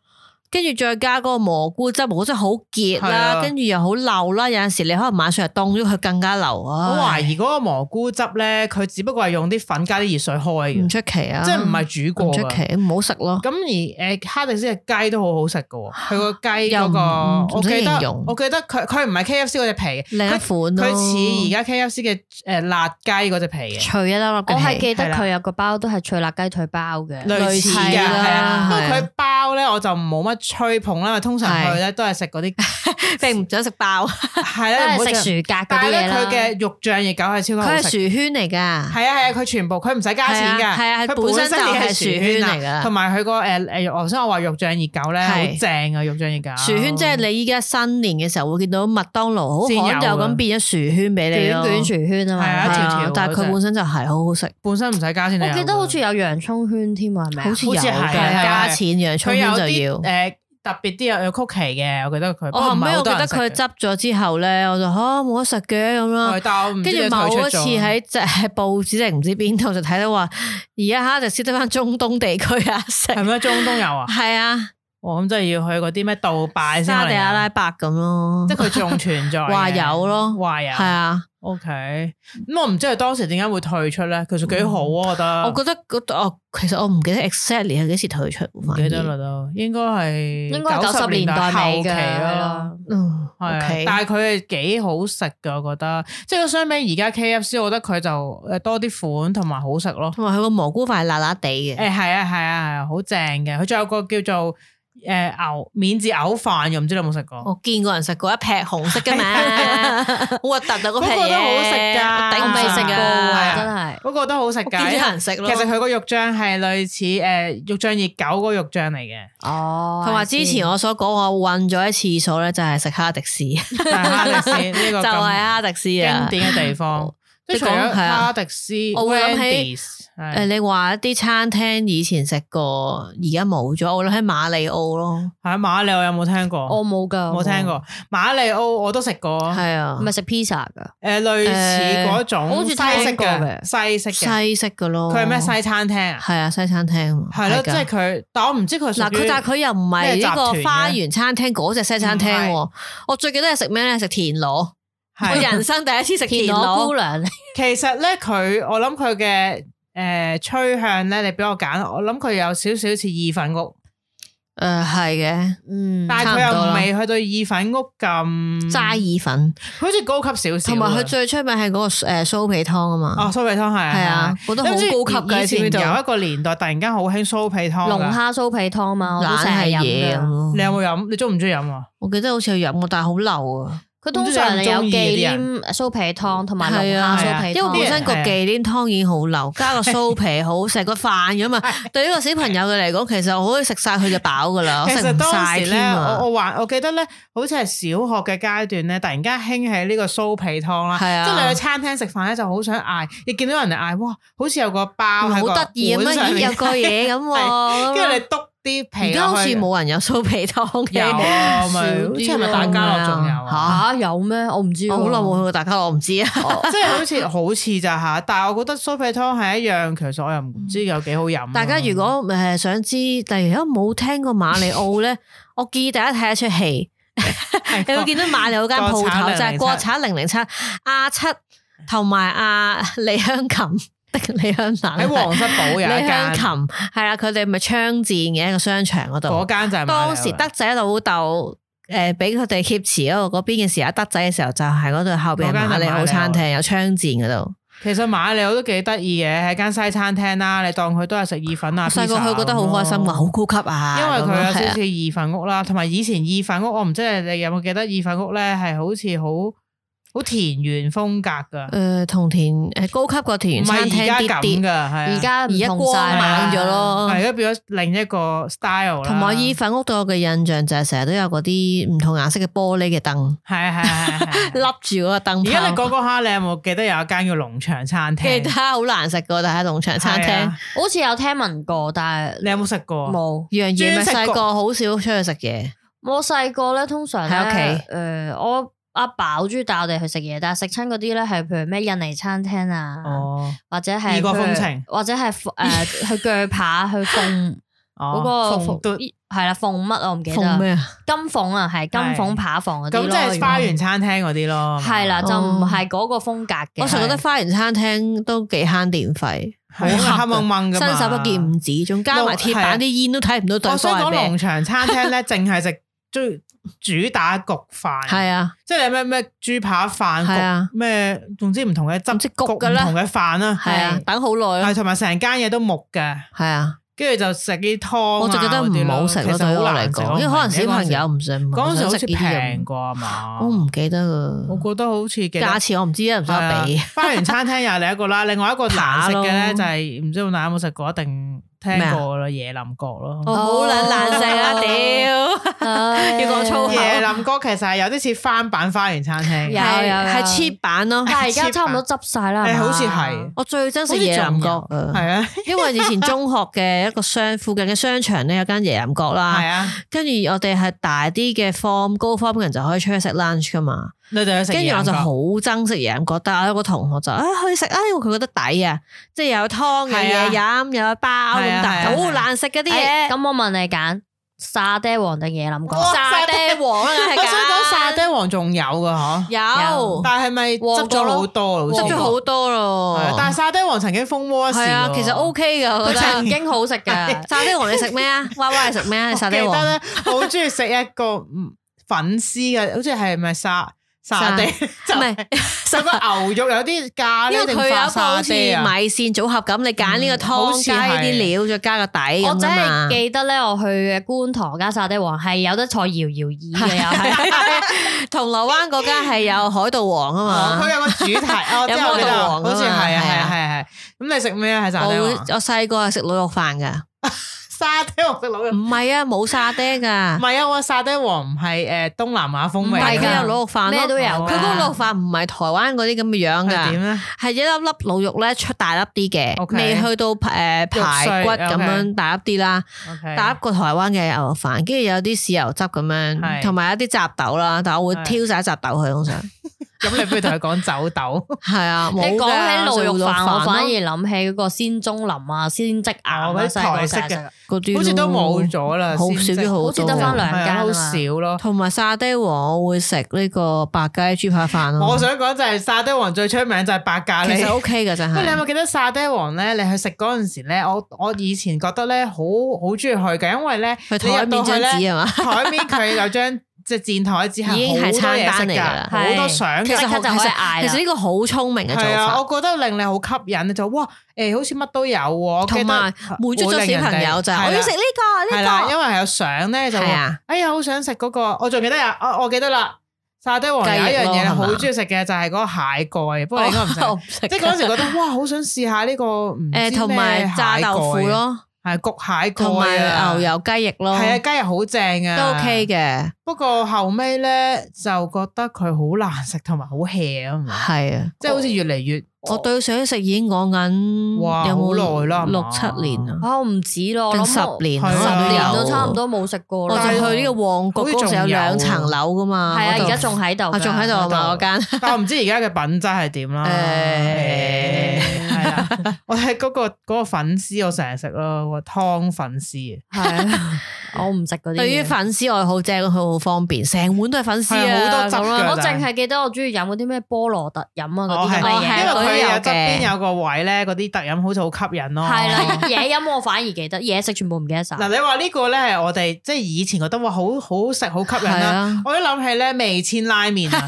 C: 跟住再加嗰個蘑菇汁，蘑菇汁好結
D: 係
C: 啦，
D: 啊
C: 跟住又好流啦。有陣時你可能買上嚟凍咗佢更加流啊。
D: 我懷疑嗰個蘑菇汁咧，佢只不過係用啲粉加啲熱水開嘅
C: 唔。出奇啊，
D: 即係唔係煮過
C: 唔
D: 㗎
C: 出奇，唔好食咯。
D: 咁而誒哈迪斯嘅雞都好好食嘅喎，佢個雞嗰
C: 又唔
D: 個
C: 唔
D: 我
C: 唔識
D: 記得
C: 形容
D: 我記得佢佢唔係 K F C 嗰隻皮嘅，
C: 另一款咯，
D: 佢似而家 K F C 嘅誒辣雞嗰隻皮嘅，
C: 脆一粒粒嘅
B: 我係
C: 皮，
B: 記得
D: 係啦
B: 佢有個包都係脆辣雞腿包嘅，
D: 類似
C: 類
D: 嘅
C: 似
D: 係
C: 啦
D: 啊。不過
C: 係啊
D: 佢包咧我就冇乜吹捧啦，因為通常
C: 係
D: 佢咧都係食嗰
C: [LAUGHS]
D: 啲
C: 並唔想食
D: [LAUGHS]
C: 爆。
D: 係
B: 都
D: 啦，唔好
B: 係食
D: 食。
B: 薯格嗰
D: 但係
B: 啲嘢
D: 咧佢
B: 啦。
D: 嘅肉醬熱狗係超級好
C: 佢係
D: 食。
C: 薯圈嚟㗎，
D: 係啊係啊，佢全部佢唔使加錢㗎，
C: 係啊係啊
D: 佢
C: 本身就
D: 係
C: 係薯圈嚟㗎
D: 啊同埋佢個誒誒，頭先我話肉醬熱狗咧好
C: 係
D: 正啊，肉醬熱狗。
C: 薯圈即係你依家新年嘅時候會見到麥當勞好
D: 先有
C: 罕就咁
D: 啊
C: 變咗薯圈俾你
B: 卷
C: 咯
B: 卷薯圈啊
D: 係啊
B: 嘛，
D: 一條條
C: 係啊但係
D: 嗰隻
C: 佢本身就係好好食。
D: 本身唔使加錢就有㗎。
B: 我記得好似有洋葱圈添啊，係咪啊？
C: 好似有
D: 好似係
C: 嘅，
D: 係係啊
C: 加錢洋葱
D: 佢
C: 圈
D: 有
C: 就
D: 啲
C: 要。
D: 誒特別啲有有曲奇嘅，我記得佢。
C: 我後
D: 唔
C: 尾
D: 係
C: 我
D: 好
C: 記
D: 多
C: 得
D: 人食
C: 佢
D: 嘅
C: 執咗之後咧，我就嚇冇得食嘅咁啦
D: 係。但我唔知
C: 跟住
D: 佢退出
C: 某一次
D: 咗
C: 喺即係報紙定唔知邊度就睇到話，而家哈迪斯得翻中東地區啊食。
D: 係咩中東有
C: [LAUGHS]
D: 啊？哦
C: 係啊，
D: 我咁真係要去嗰啲咩杜拜先可
C: 沙
D: 能有
C: 地阿拉，伯咁咯
D: 即，係佢仲存在嘅。
C: [LAUGHS] 話有咯
D: 話有
C: 係啊。
D: OK。咁我唔知佢當時點解會退出咧，其實幾好啊，我覺得。
C: 我覺得嗰哦，其實我唔記得 exactly 係幾時退出。
D: 唔
C: 唔
D: 記得啦都，應該係
B: 應該九十年代
D: 後
B: 尾
D: 期
B: 嘅，係
D: 咯。
B: 咯。
C: 嗯
D: 係啊
C: ，OK，
D: 但係佢係幾好食噶，我覺得。即係相比而家 KFC，我覺得佢就誒多啲款同埋好食咯。
C: 同埋佢個蘑菇塊係辣辣地
D: 誒
C: 嘅，
D: 係啊係啊係啊，好正嘅。佢仲有個叫做誒、牛免治牛飯嘅，唔知你有冇食過？
C: 我見過人食過一劈紅色嘅
D: 係
C: [LAUGHS] 嘛，好核突啊嗰劈
D: 嗰個
C: 嘢，
D: 都好食㗎
C: 頂唔
B: 我未
C: 順
B: 食過
C: 㗎
D: 係
B: 啊，
D: 啊
B: 真係。
D: 嗰個都好食
C: 我
D: 㗎，
C: 見
D: 因
C: 咗
D: 為
C: 人食咯。
D: 其實佢個肉醬係類似誒、肉醬熱狗嗰個肉醬嚟嘅，
B: 哦，
C: 佢話之前
B: 我
C: 我所講我混咗喺廁所咧，就係食哈迪斯，就
D: 就係哈迪斯呢
C: [LAUGHS]
D: 個
C: 係
D: 咁
C: 哈迪斯
D: 經
C: 啊。
D: 典嘅地方。即係除
C: 你
D: 咗
C: 講係啊
D: 哈迪斯，
C: 我會諗起
D: Wendy's，
C: 誒，
D: 係
C: 你話一啲餐廳以前食過，而家冇咗，我諗喺馬里奧咯，
D: 係啊馬里奧有冇聽過？
B: 我冇噶，
D: 冇聽過馬里奧，我都食過。
C: 係啊
B: 唔，係食 pizza 噶，
D: 誒類似嗰種
B: 我好似
D: 西
B: 聽
D: 式
B: 過
D: 嘅
B: 嘅
D: 西式嘅，
C: 西式嘅咯。
D: 佢係咩西餐廳啊？
C: 係啊，西餐廳嘛。
D: 係咯，
C: 㗎
D: 即係佢，但我唔知佢屬
C: 嗱，佢
D: 於
C: 但係佢又唔
D: 咩
C: 係
D: 集
C: 呢
D: 團嘅
C: 個花園餐廳嗰只西餐廳
D: 唔
C: 喎。我最記得係食咩咧？食田螺，我
D: 係
C: 人生第一次食
B: 田
C: 田
B: 螺
C: 螺
B: 姑，娘，
D: 其實咧，佢我諗佢嘅誒趨向咧，你俾我揀，我諗佢有少少似意粉屋，
C: 诶系嘅，
B: 嗯，
D: 但系
C: 差
D: 佢
C: 唔多
D: 又唔
C: 啦
D: 係去到意粉屋咁，
C: 齋意粉，
D: 好似高級少少啊。
C: 同埋佢最出名係嗰個诶酥皮湯啊嘛，
D: 哦酥皮湯係
C: 係啊，覺得好高級嘅
D: 以前
C: 知唔知道
D: 有一個年代突然間好興酥皮湯㗎啊
B: 龍蝦酥皮湯嘛，我都
C: 懶
B: 成日
C: 係
B: 飲
C: 嘢啊咁
B: 㗎。
C: 咯
D: 你有冇飲？你中唔中意飲啊？
C: 我記得好似有飲過，但係好流啊，
B: 佢通常係有
D: 唔知
B: 忌
D: 你
B: 廉呃
D: 中唔
B: 酥皮湯同埋龍
C: 係
B: 蝦
C: 啊
B: 酥皮
C: 因為
B: 湯，
C: 本身個
D: 係啊
C: 忌廉湯已經好流，加個酥皮
D: [LAUGHS]
C: 好成個飯咁啊。對呢個小朋友嘅嚟講，其實我可以食晒佢就飽噶啦，我
D: 其
C: 食
D: 實
C: 唔
D: 當
C: 晒
D: 時
C: 添
D: 咧，
C: 啊
D: 我。我還我記得咧，好似係小學嘅階段咧，突然間興起呢個酥皮湯啦，
C: 係啊
D: 即係你去餐廳食飯咧就好想嗌，你見到人哋嗌，哇，好似有個包喺
C: 好
D: 個
C: 得意啊咁
D: 碗
C: 樣，
D: 上
C: 咦
D: 面
C: 有個嘢咁喎，
D: [LAUGHS] 跟住你篤啲皮，
C: 而家好似冇人有酥皮湯
D: 有
C: 嘅，
D: 啊，咪
C: 少
D: 好
C: 啲
D: 似係咪大家樂仲有
C: 啦嚇
D: 啊？
B: 嚇哦有咩？我唔知喎，
C: 我好耐冇去過大家樂，我唔知啊。
D: 即係好似好似咋吓，但係我覺得酥皮湯係一樣，其實我又唔知有幾好飲啊。
C: 大家如果誒想知，例如如果冇聽過馬里奧
D: [LAUGHS]
C: 咧，我建議大家睇一出戲，
D: 係
C: 你會見到馬里奧間鋪頭就係國產零零七、阿七同埋阿李香琴 [LAUGHS] 的李香蘭
D: 喺皇室堡
C: [LAUGHS]
D: 有一
C: 李香
D: 間，
C: 琴係啦，佢哋咪槍戰嘅一個商場嗰度
D: 嗰。間就係馬里奧
C: 當時德仔老豆誒俾佢哋挾持嗰個嗰邊嘅時候，德仔嘅時候就係嗰度後邊
D: 嗰間就
C: 馬里
D: 馬
C: 奧
D: 里奧
C: 餐廳有槍戰嗰度。
D: 其實馬里奧都幾得意嘅，喺間西餐廳啦，你當佢都係食意粉啊。
C: 我細個去覺得好開心㗎，
D: 㗎，
C: 好高級啊！
D: 因為
C: 咁
D: 佢
C: 樣係
D: 有少
C: 啊
D: 少意粉屋啦，同埋以前意粉屋，我唔知你有冇記得意粉屋咧，係好似好好田園風格㗎，
C: 诶，呃同田诶高級個田園
D: 唔
C: 餐
D: 係而
C: 廳
D: 家
C: 啲
D: 咁㗎，
C: 啲，
D: 係
B: 而
D: 啊
B: 家唔
C: 而家
B: 同晒啦
C: 光猛咗咯
D: 係而家變咗另一個 style 啦。
C: 同埋意粉屋對我嘅印象就係成日都有嗰啲唔同顏色嘅玻璃嘅燈，
D: 係啊係啊係啊係啊
C: 笠住嗰個燈
D: 而家你
C: 泡。
D: 講講下，你有冇記得有一間叫農場餐廳？啊
C: 記得好難食噶，但係農場餐
D: 係
C: 廳
D: 啊，
B: 好似有聽聞過，但係
D: 你有冇食過？
B: 冇。
C: 楊怡咪
D: 專食
C: 細
D: 過
C: 個好少出去食嘢，
B: 我細個咧，通常
C: 喺屋企
B: 咧，誒我阿爸好中意帶我哋去食嘢，但係食親嗰啲咧係譬如咩印尼餐廳啊，
D: 哦
B: 或者係
D: 異國風
B: 譬如
D: 情
B: 或者係誒去鋸扒去鳳嗰個
D: 哦，逢嘟
B: 咦係啦，鳳乜我唔記得
C: 奉
B: 啦
C: 咩啊？
B: 金鳳啊，係金鳳扒房嗰啲
D: 咁
B: 咯
D: 即係花園啊餐廳嗰啲咯，
B: 係啦，
C: 哦
B: 就唔係嗰個風格嘅。
C: 我成日覺得花園餐廳都幾慳電費，
D: 係啊
C: 好
D: 黑掹掹㗎嘛啊
C: 伸手不見五指，仲加埋鐵板啲煙都睇唔到對
D: 我想
C: 方係
D: 講農
C: 咩。
D: 場餐廳咧，淨係
C: [LAUGHS]
D: 食最主打焗飯，
C: 係啊，
D: 即係你咩咩豬扒飯
C: 係啊
D: 焗咩，總之唔同嘅汁
C: 唔知焗㗎
D: 唔
C: 啦
D: 同嘅飯啦，
C: 係啊，等好耐
D: 係
C: 咯，
D: 同埋成間嘢都木嘅，
C: 係啊。
D: 跟住就食啲湯啊
C: 我就覺得
D: 嗰啲
C: 唔好食
D: 其
C: 咯，
D: 實
C: 對我嚟
D: 難食我
C: 講，
D: 唔
C: 因為可能
D: 明
C: 小朋友
D: 嗰
C: 唔想唔
D: 陣時嗰陣時
C: 想
D: 好
C: 食
D: 似
C: 呢啲
D: 平
C: 嘢。
D: 過啊嘛，
C: 我唔記得啦，
D: 我覺得好似幾
C: 價錢我唔知啊，唔
D: 係啊
C: 想俾。
D: 花園餐廳又係另一個啦，另外一個難
C: 扒
D: 食嘅
C: 咯
D: 咧就係唔知道大家有冇食過，一定聽
C: 咩啊
D: 過啦，椰林角咯。
C: [LAUGHS] 我好撚難食啊！
B: 哦
C: 屌，[LAUGHS]
B: 唉
C: 要講粗口
D: 椰林角其實係有啲似翻版花園餐廳，
B: 有
C: 係
B: 有有
C: 係 cheap 版咯。
B: 但係而家差唔多執晒啦，
C: 啊
D: 誒
B: 係嘛
D: 好似係
C: 我最憎食椰林角啊，
D: 係啊，
C: 因為以前中學嘅一個商附近嘅商場咧有間椰林角啦 [LAUGHS]
D: 係。啊，
C: 跟住我哋係大啲嘅 form 高 form 嘅人就可以出去食 lunch 噶嘛，
D: 你哋去食
C: 跟住我就好
D: 好
C: 憎食嘢，覺得我有個同學就啊去食啊，因為佢覺得抵啊，即係有湯有嘢
D: 係
C: 飲
D: 啊
C: 有得包
D: 係
C: 咁，
D: 啊
C: 但
D: 係啊
C: 係
D: 係
C: 好
D: 啊
C: 難食嗰啲
B: 誒
C: 嘢。
B: 哎咁我問你揀沙爹王定椰林角？
D: 哇
C: 哦沙爹王啊，係
D: 我想講沙
C: 揀
D: 爹王仲有噶嗬，
C: 有
D: 但係咪執咗好多啦？
C: 執咗好多
D: 多，
C: 咯
D: 係啊，但係沙爹王曾經風靡一時
C: 哦係啊，
D: 喎
C: 其實 OK 噶，我覺
B: 曾
C: 得。
B: 經
C: [LAUGHS]
B: 好食㗎，
C: 沙爹王你食咩
D: [LAUGHS]
C: 啊？Y Y 食咩啊？你沙爹
D: 我記
C: 王
D: 得咧，好中意食一個嗯粉絲嘅，好似係咪沙沙爹？就
C: 唔係
D: 使乜牛肉有啲咖
C: 因
D: 喱
C: 為
D: 定
C: 佢有一
D: 化
C: 個好
D: 沙
C: 似
D: 爹啊？
C: 米線組合咁，你揀呢個
D: 嗯好
C: 湯
D: 似
C: 加呢啲
D: 係
C: 料，再加個底
B: 我
C: 咁
B: 真
C: 啊
B: 係
C: 嘛。
B: 記得咧，我去嘅觀塘間沙爹王係有得坐搖搖椅嘅，又
D: 啊
B: 係
C: 啊 [LAUGHS]
B: [LAUGHS]
C: 銅鑼灣嗰間係有海盜王啊
D: 哦
C: 嘛
D: 佢。有個主題，
C: [LAUGHS]
D: 哦，
C: 有
D: 即係我記
C: 魔盜
D: 得啦
C: 王啊
D: 好似係啊，
C: 嘛
D: 係
C: 係
D: 啊
C: 啊，
D: 係啊係啊。咁你食咩啊？
C: 我
D: 喺沙爹
C: 會
D: 王？
C: 我細個係食滷肉飯噶，
D: 沙爹王食老
C: 唔係啊冇沙爹噶
D: 唔，係啊，我沙爹王唔係誒東南亞風
C: 唔
D: 味
C: 係
D: 㗎，
B: 㗎
C: 佢有滷肉飯咯
B: 咩都有㗎。
C: 佢
D: 佢
C: 嗰個滷肉飯唔係台灣嗰啲咁嘅樣
D: 係
C: 噶，
D: 點咧？
C: 係一粒粒滷肉咧出大粒啲嘅，
D: OK
C: 未去到誒
D: 肉碎
C: 排骨咁
D: OK
C: 樣大粒啲啦，
D: OK
C: 大粒過台灣嘅牛肉飯，跟住有啲豉油汁咁樣，
D: 係
C: 同埋有啲雜豆啦，但我會挑
D: 係 [LAUGHS]
C: 晒雜豆去通常。
D: 咁你不如同佢講走豆。
C: [LAUGHS] 系啊，
B: 你
C: 冇
B: 講
C: 㗎
B: 起鹵肉
C: 食
B: 飯，
C: 滷
B: 我
C: 肉
B: 反而
C: 咯
B: 諗起嗰個仙蹤林啊、仙跡
D: 哦
B: 岩啊，
D: 嗰啲
B: 細個
D: 台式
B: 成日
D: 嘅
B: 食
C: 嗰啲
D: 好似都冇
C: 咯，
D: 咗啦，
C: 好
D: 先
C: 少
D: 即
C: 咗好
B: 好似得
C: 多
B: 返兩
D: 係啊
B: 間啊
D: 好
B: 嘛
D: 少咯。
C: 同埋沙爹王，我會食呢個白雞豬扒飯咯。
D: 我想講就係沙爹王最出名就係白咖
C: 嗯其
D: 喱
C: 實。OK
D: [LAUGHS]
C: 嘅真
D: 喂，你有
C: 係，
D: 冇記得沙爹王咧？你去食嗰陣時咧，我我以前覺得咧好好中意去嘅，因為咧
C: 佢台面張紙啊係嘛？
D: 台面佢有張即係箭台之後，
C: 已經係
D: 好多嘢食
C: 餐單嚟㗎
D: 㗎
C: 啦
D: 好多
B: 係
D: 相
B: 其
D: 㗎
B: 實。刻就可以嗌
C: [LAUGHS] 其
B: 啦
C: 實呢個好聰明嘅做
D: 係啊，
C: 法，
D: 我覺得令你好吸引，就哇誒，好似乜都有喎。我記得
C: 同埋滿足咗小朋友就係
D: 會令人哋
C: 我要食呢個
D: 係
C: 啊呢
D: 啦，
C: 個
D: 因為係有相咧就
C: 係
D: 話，
C: 啊，
D: 哎呀，好想食嗰個，我仲記得有，哦我我記得啦，沙爹王有一
C: 雞翼
D: 樣
C: 咯
D: 嘢
C: 係
D: 好
C: 嘛
D: 中意食嘅就係嗰個蟹蓋，不過你應該唔食。
C: 我唔食
D: [LAUGHS] 即係嗰陣時覺得哇，好想試下呢個唔
C: 誒，同埋炸豆腐，咯，
D: 係啊焗蟹蓋，啊
C: 同埋牛，油雞翼咯，
D: 係啊，雞翼好正啊，
C: 都 OK 嘅，
D: 不過後尾咧就覺得佢好難食同埋好 hea 啊嘛，
C: 係啊。
D: 即係好似越嚟越
C: 我對上一食已經講緊
D: 哇
C: 有冇
D: 好耐啦係嘛
C: 六七年啊，
B: 啊，我唔止咯，我
C: 定
B: 諗
C: 十
B: 我
C: 年
D: 係啊
B: 十年
D: 有
B: 都差唔多冇食過
C: 我
B: 啦。
C: 哋去呢個旺角
D: 好似
C: 嗰時有兩層樓噶嘛，
B: 係啊，
C: 嗰度
B: 而家仲喺度㗎，
C: 啊仲喺度啊嘛嗰間，
D: 但我唔知而家嘅品質係點啦。
C: 誒
D: 係啦，我睇嗰個嗰個粉絲，我成日食咯，個湯粉絲，
B: 係啊，我唔食嗰啲
C: [LAUGHS]
B: 嘢。
C: 對於粉絲愛好者佢好方便，成碗都係粉絲
D: 係好多
C: 啊，
D: 汁
C: 咁
D: 㗎
C: 咯
B: 我淨係記得我中意飲嗰啲咩菠蘿特飲啊
D: 哦
B: 嗰
D: 係
B: 啲咁嘅
C: 係
B: 嘢
C: 嗰
D: 因
C: 啲
D: 為
C: 有
D: 佢
C: 嘅
D: 側邊有個位咧，嗰啲特飲好似好吸引咯。[LAUGHS]
B: 係啦，嘢飲我反而記得，嘢食全部唔記得晒。
D: 嗱，你話呢個咧係我哋即係以前覺得哇好好食好吸引
C: 係
D: 啦
C: 啊，
D: 我一諗起咧味千拉
C: [LAUGHS]
D: 麵啊，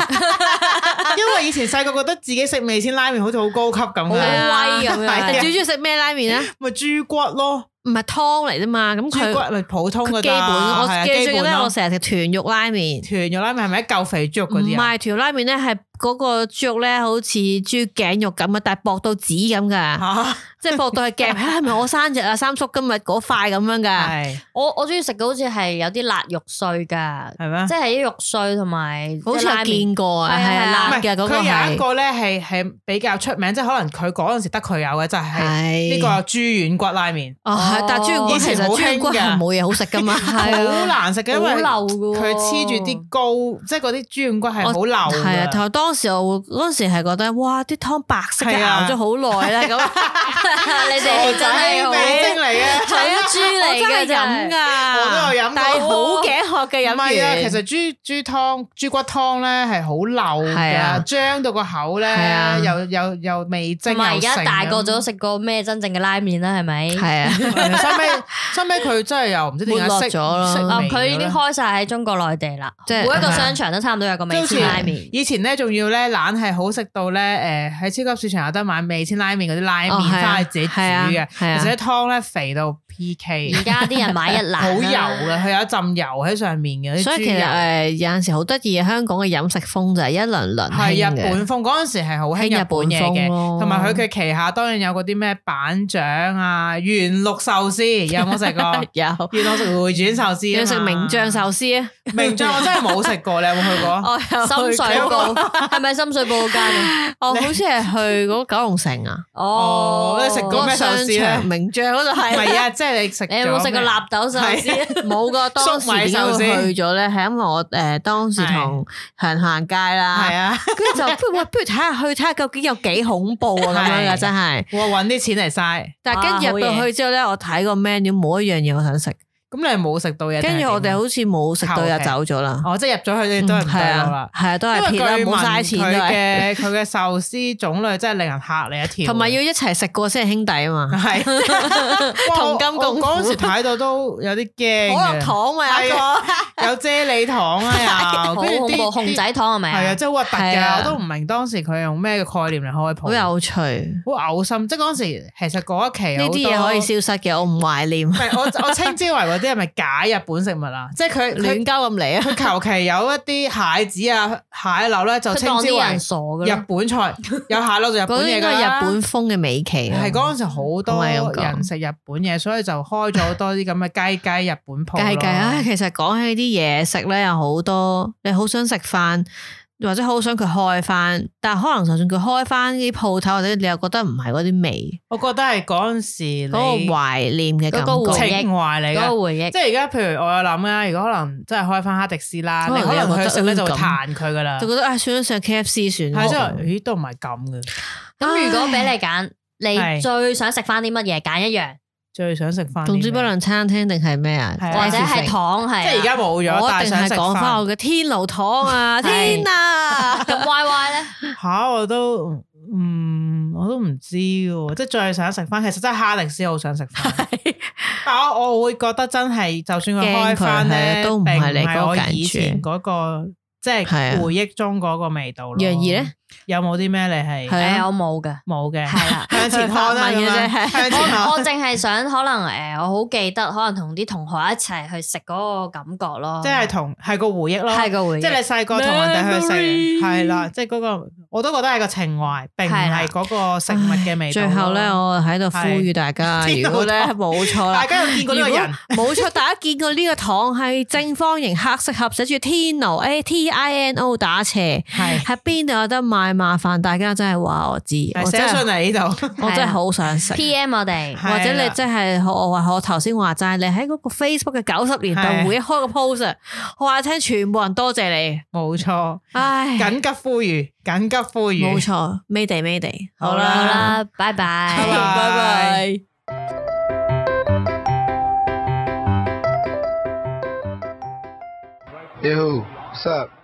D: 因為以前細個覺得自己食味千拉麵好似好高級咁
B: 好
D: 嘅，
B: 威咁
D: 係啊
B: 樣。
C: 你最中意食咩拉麵咧？
D: 咪豬骨咯，
C: 唔係湯嚟啫嘛，咁
D: 豬
C: 佢
D: 骨咪普通
C: 佢
D: 嘅
C: 基本，我
D: 係啊
C: 記
D: 基
C: 最記
D: 本
C: 得
D: 咯
C: 我成日食豚肉拉麵。
D: 團肉拉麵係咪一嚿肥豬肉
C: 唔
D: 嗰啲啊？
C: 係條拉麵咧，係嗰個豬肉咧，好似豬頸肉咁啊，但係薄到紙咁噶，
B: 啊
D: 嚇
C: 即係薄到係夾， [LAUGHS] 係咪我生日啊，三叔今日嗰塊咁樣噶，
D: 係
B: 我我中意食嘅好似係有啲辣肉碎㗎，
D: 係咩？
B: 即係啲肉碎同埋
C: 好似
B: 即係拉
C: 有
B: 麵
C: 見過啊，
B: 係啊
C: 係
B: 係
C: 啊
B: 啊
D: 唔
C: 辣
D: 係
C: 嘅嗰個
D: 佢有一
C: 係，
D: 個咧係係比較出名，即係可能佢嗰陣時得佢有嘅就係
C: 係
D: 呢個豬軟骨拉麵，
C: 哦，係，但係豬肉骨
D: 以
C: 其
D: 前
C: 實
D: 好興㗎
C: 豬肉骨係冇嘢好食噶嘛，係啊
D: 好難食嘅，因為
B: 好流㗎喎
D: 佢黐住啲 [LAUGHS] 膏，即係嗰啲豬軟骨係好流㗎，
C: 係啊，同埋當時我會嗰陣時係覺得，哇！啲湯白色嘅
D: 係啊
C: 熬咗好耐啦，咁
B: [LAUGHS]
D: 哦
B: 你哋真係
D: 仔
C: 啊
B: 好
D: 味精嚟嘅。
B: 草豬嚟
C: 我 [LAUGHS] 真
B: 嘅
C: 係飲
B: 㗎。
C: 㗎，
D: 我都有飲過
C: 但係好頸渴嘅飲
D: 唔係啊，
C: 完
D: 其實豬豬湯、豬骨湯咧係好流
C: 係
D: 㗎，
C: 啊
D: 張到個口
C: 係
D: 咧
C: 啊
D: 又又又味精
B: 同
D: 又
B: 埋而家
D: 剩
B: 大
D: 咁
B: 個咗，食過咩真正嘅拉麵啦？係咪？
C: 係啊。
D: 收尾收尾佢真係又唔知點解
C: 沒落
D: 識
C: 咗咯
D: 識
B: 啊
D: 味
B: 佢
D: 咗
B: 已經
D: 咧
B: 開晒喺中國內地啦，
C: 即係
B: 每一個
D: 係
B: 商場都差唔多有個
D: 即係
B: 美
D: 好似
B: 式拉麵。
D: 以前咧，仲要咧懶係好食到咧，誒喺超級市場有得買味千拉麵嗰啲拉麵，翻去自己煮嘅，而且湯咧肥到 P K，
B: 而家啲人買一
D: [LAUGHS]
B: 籃
D: 好油
B: 啦
D: 嘅，佢有一浸油喺上面嘅，
C: 所以其實誒、呃有陣時好得意，香港嘅飲食風就係一輪輪
D: 係
C: 興
D: 日
C: 嘅，
D: 本風嗰陣時係好興
C: 興
D: 日
C: 日本
D: 本嘢嘅，
C: 風咯？
D: 同埋佢嘅旗下當然有嗰啲咩板腸啊、元綠壽司，有冇食過
C: 有
D: 元綠回轉壽司，啊
C: 有食名將壽司哦啊，
D: 司，名將我真係冇食過，你有冇去過？
C: 我有
B: 深水
C: 去過，
B: 埗係咪深水埗嗰間啊？
C: 我好似係去嗰九龍城啊，
B: 哦，
D: 你食過
C: 嗰
D: 咩
C: 個
D: 壽
C: 商
D: 司咧
C: 場名將嗰度
D: 唔係
C: 係。
D: 啊，即係你食
B: 你有冇食過
D: 咩
B: 納豆壽司？
C: 冇
D: [LAUGHS]
C: 噶，當時
D: 粟米
C: 點解
D: 壽
C: 會
D: 司
C: 去咗咧？係因為我誒當時同行行街
D: 係
C: 啦，
D: 啊，
C: 跟
D: [LAUGHS]
C: 住就不如喂不如睇下去睇下究竟有幾恐怖啊咁樣
D: 係
C: 噶，真係。
D: 我搵啲錢嚟嘥，
C: 但係跟
B: 啊
C: 住
B: 好
C: 入到
B: 嘢
C: 去之後咧，我睇個 menu 冇一樣嘢我想食，
D: 咁你係冇食到嘢。
C: 跟住我哋好似冇食到又
D: 求其
C: 走咗啦。
D: 我即係入咗去，你都係唔
C: 係
D: 對路
C: 啊
D: 啦，。
C: 係啊，都
D: 因
C: 係
D: 為
C: 撇啦，
D: 據
C: 冇
D: 聞
C: 嘥
D: 佢
C: 錢都係，
D: 嘅佢嘅壽司種類真係令人嚇你一跳，啊
C: 同埋要一齊食過先係兄弟啊嘛。
D: 係哇
C: [LAUGHS] 同甘共苦
D: 我我嗰陣時睇到都有啲驚
C: 可樂
D: 嘅，
C: 糖咪有一
D: 係
C: 個，
D: 啊有啫喱糖啊
B: 好
D: 又，跟住
B: 恐
D: 啲
B: 怖，熊仔糖係咪
D: 係啊，
B: 啊？
D: 真係好核突
C: 係
D: 嘅，
C: 啊
D: 我都唔明當時佢用咩概念嚟開
C: 好
D: 鋪，
C: 有趣。呢
D: 好嘔心。即係嗰陣時，其實嗰一期有好
C: 啲
D: 多
C: 嘢可以消失嘅，我唔懷念
D: 唔。係我我稱之為嗰啲係咪假日本食物啊？即係佢佢
C: 亂交咁嚟啊！
D: 佢求其有一啲蟹子啊、蟹柳咧，就
B: 佢
D: 稱
B: 當
D: 之
B: 啲人
D: 為
B: 傻嘅
D: 日
B: 咯。
C: [LAUGHS]
D: 本菜，有蟹柳就日
C: 嗰
D: 本
C: 啲
D: 嘢
C: 應
D: 㗎
C: 該係
D: 啦
C: 日本風嘅美期啊，
D: 係嗰陣時好多
C: 係咁講
D: 人食日本嘢，所以就開咗好多啲咁嘅雞雞日
C: [LAUGHS]
D: 本鋪咯。
C: 計計啊！唉其實講起啲嘢食咧，有好多你好想食飯，或者好想佢開翻，但系可能就算佢開翻啲鋪頭，或者你又覺得唔係嗰啲味，
D: 我覺得係嗰阵时你
C: 嗰個懷念嘅感
B: 嗰個
C: 覺
B: 回。
D: 情懷嚟
B: 嗰
D: 嘅。
B: 個回憶
D: 即。係而家，譬如我有諗啦，如果可能真係開翻哈迪斯啦，
C: 可
D: 你
C: 能
D: 可
C: 你又
D: 能
C: 覺
D: 去
C: 得
D: 食咧就會
C: 嗯咁
D: 彈佢噶啦
C: 就，覺得啊，算啦，上 K F C 算啦。
D: 係之後，咦都唔係咁嘅，
B: 咁如果俾你揀，你
D: 係
B: 最想食翻啲乜嘢？揀一樣，
D: 最想食翻。
C: 總之，不論餐廳定係咩啊，
D: 係啊
B: 或者係糖
D: 即
B: 係啊。
D: 係而家冇咗，
C: 我
D: 但
C: 一定
D: 係想
C: 係
D: 食
C: 講翻
D: 翻
C: 我嘅天奴糖啊！
B: 係
C: 天
D: [LAUGHS]
C: 啊！
B: 咁 Y Y 咧，
D: 吓，我都嗯我都唔知喎，即係最想食翻，其實真係哈迪斯好想食翻。
C: [LAUGHS]
D: 但我我會覺得真係，就算佢
C: 驚
D: 開翻
C: 佢係啊
D: 咧，
C: 都唔係你嗰個
D: 並係我
C: 感覺
D: 以前嗰個即係
C: 係啊
D: 回憶中嗰個味道咯。
C: 楊怡咧，
D: 有冇啲咩你係
C: 係啊
B: 誒我冇嘅。
D: 冇嘅？
B: 係啦
D: [LAUGHS] 向前
C: 發
D: 看啦
C: 問嘅
D: 咁
C: 啫
D: 樣，向前看
B: 我我淨係想可能誒，我好記得，可能同啲同學一齊去食嗰個感覺咯。
D: 即係同係個回憶咯。
B: 係個回憶
D: 即係你細個同人哋去食，
C: Memory
D: 係啦，即係嗰個我都覺得係個情懷，並唔係嗰個食物嘅味道
C: 最
D: 咯。
C: 後咧，我喺度呼籲大家，
D: 係
C: 如果咧
D: 天
C: 冇錯啦
D: [LAUGHS] 大。家有見過呢個人，
C: 如果冇錯，大家見過呢個糖係正方形黑色盒，寫住天
D: [LAUGHS]
C: 奴 A T I N O 打斜，
D: 係
C: 喺邊度有得賣？麻煩大家真係話我知，我
D: 係
C: 真
D: 寫信
C: 係
D: 嚟呢度。
C: 我真係好想食。
B: P.M. 我
D: [LAUGHS]
B: 哋
D: 係啊
C: 或者
D: 啦
C: 你真係學我話我頭先話齋，你喺嗰個 Facebook 嘅九十年代
D: 係
C: 會一開個 post，啊我話你聽全部人多謝你，
D: 冇錯，
C: 唉，
D: 緊急呼籲，緊急呼籲。
C: 冇錯，Mayday Mayday，好
B: 好
C: 啦，
B: 啦，拜拜。
D: 拜拜
C: 拜。
E: Hey, who? What's up?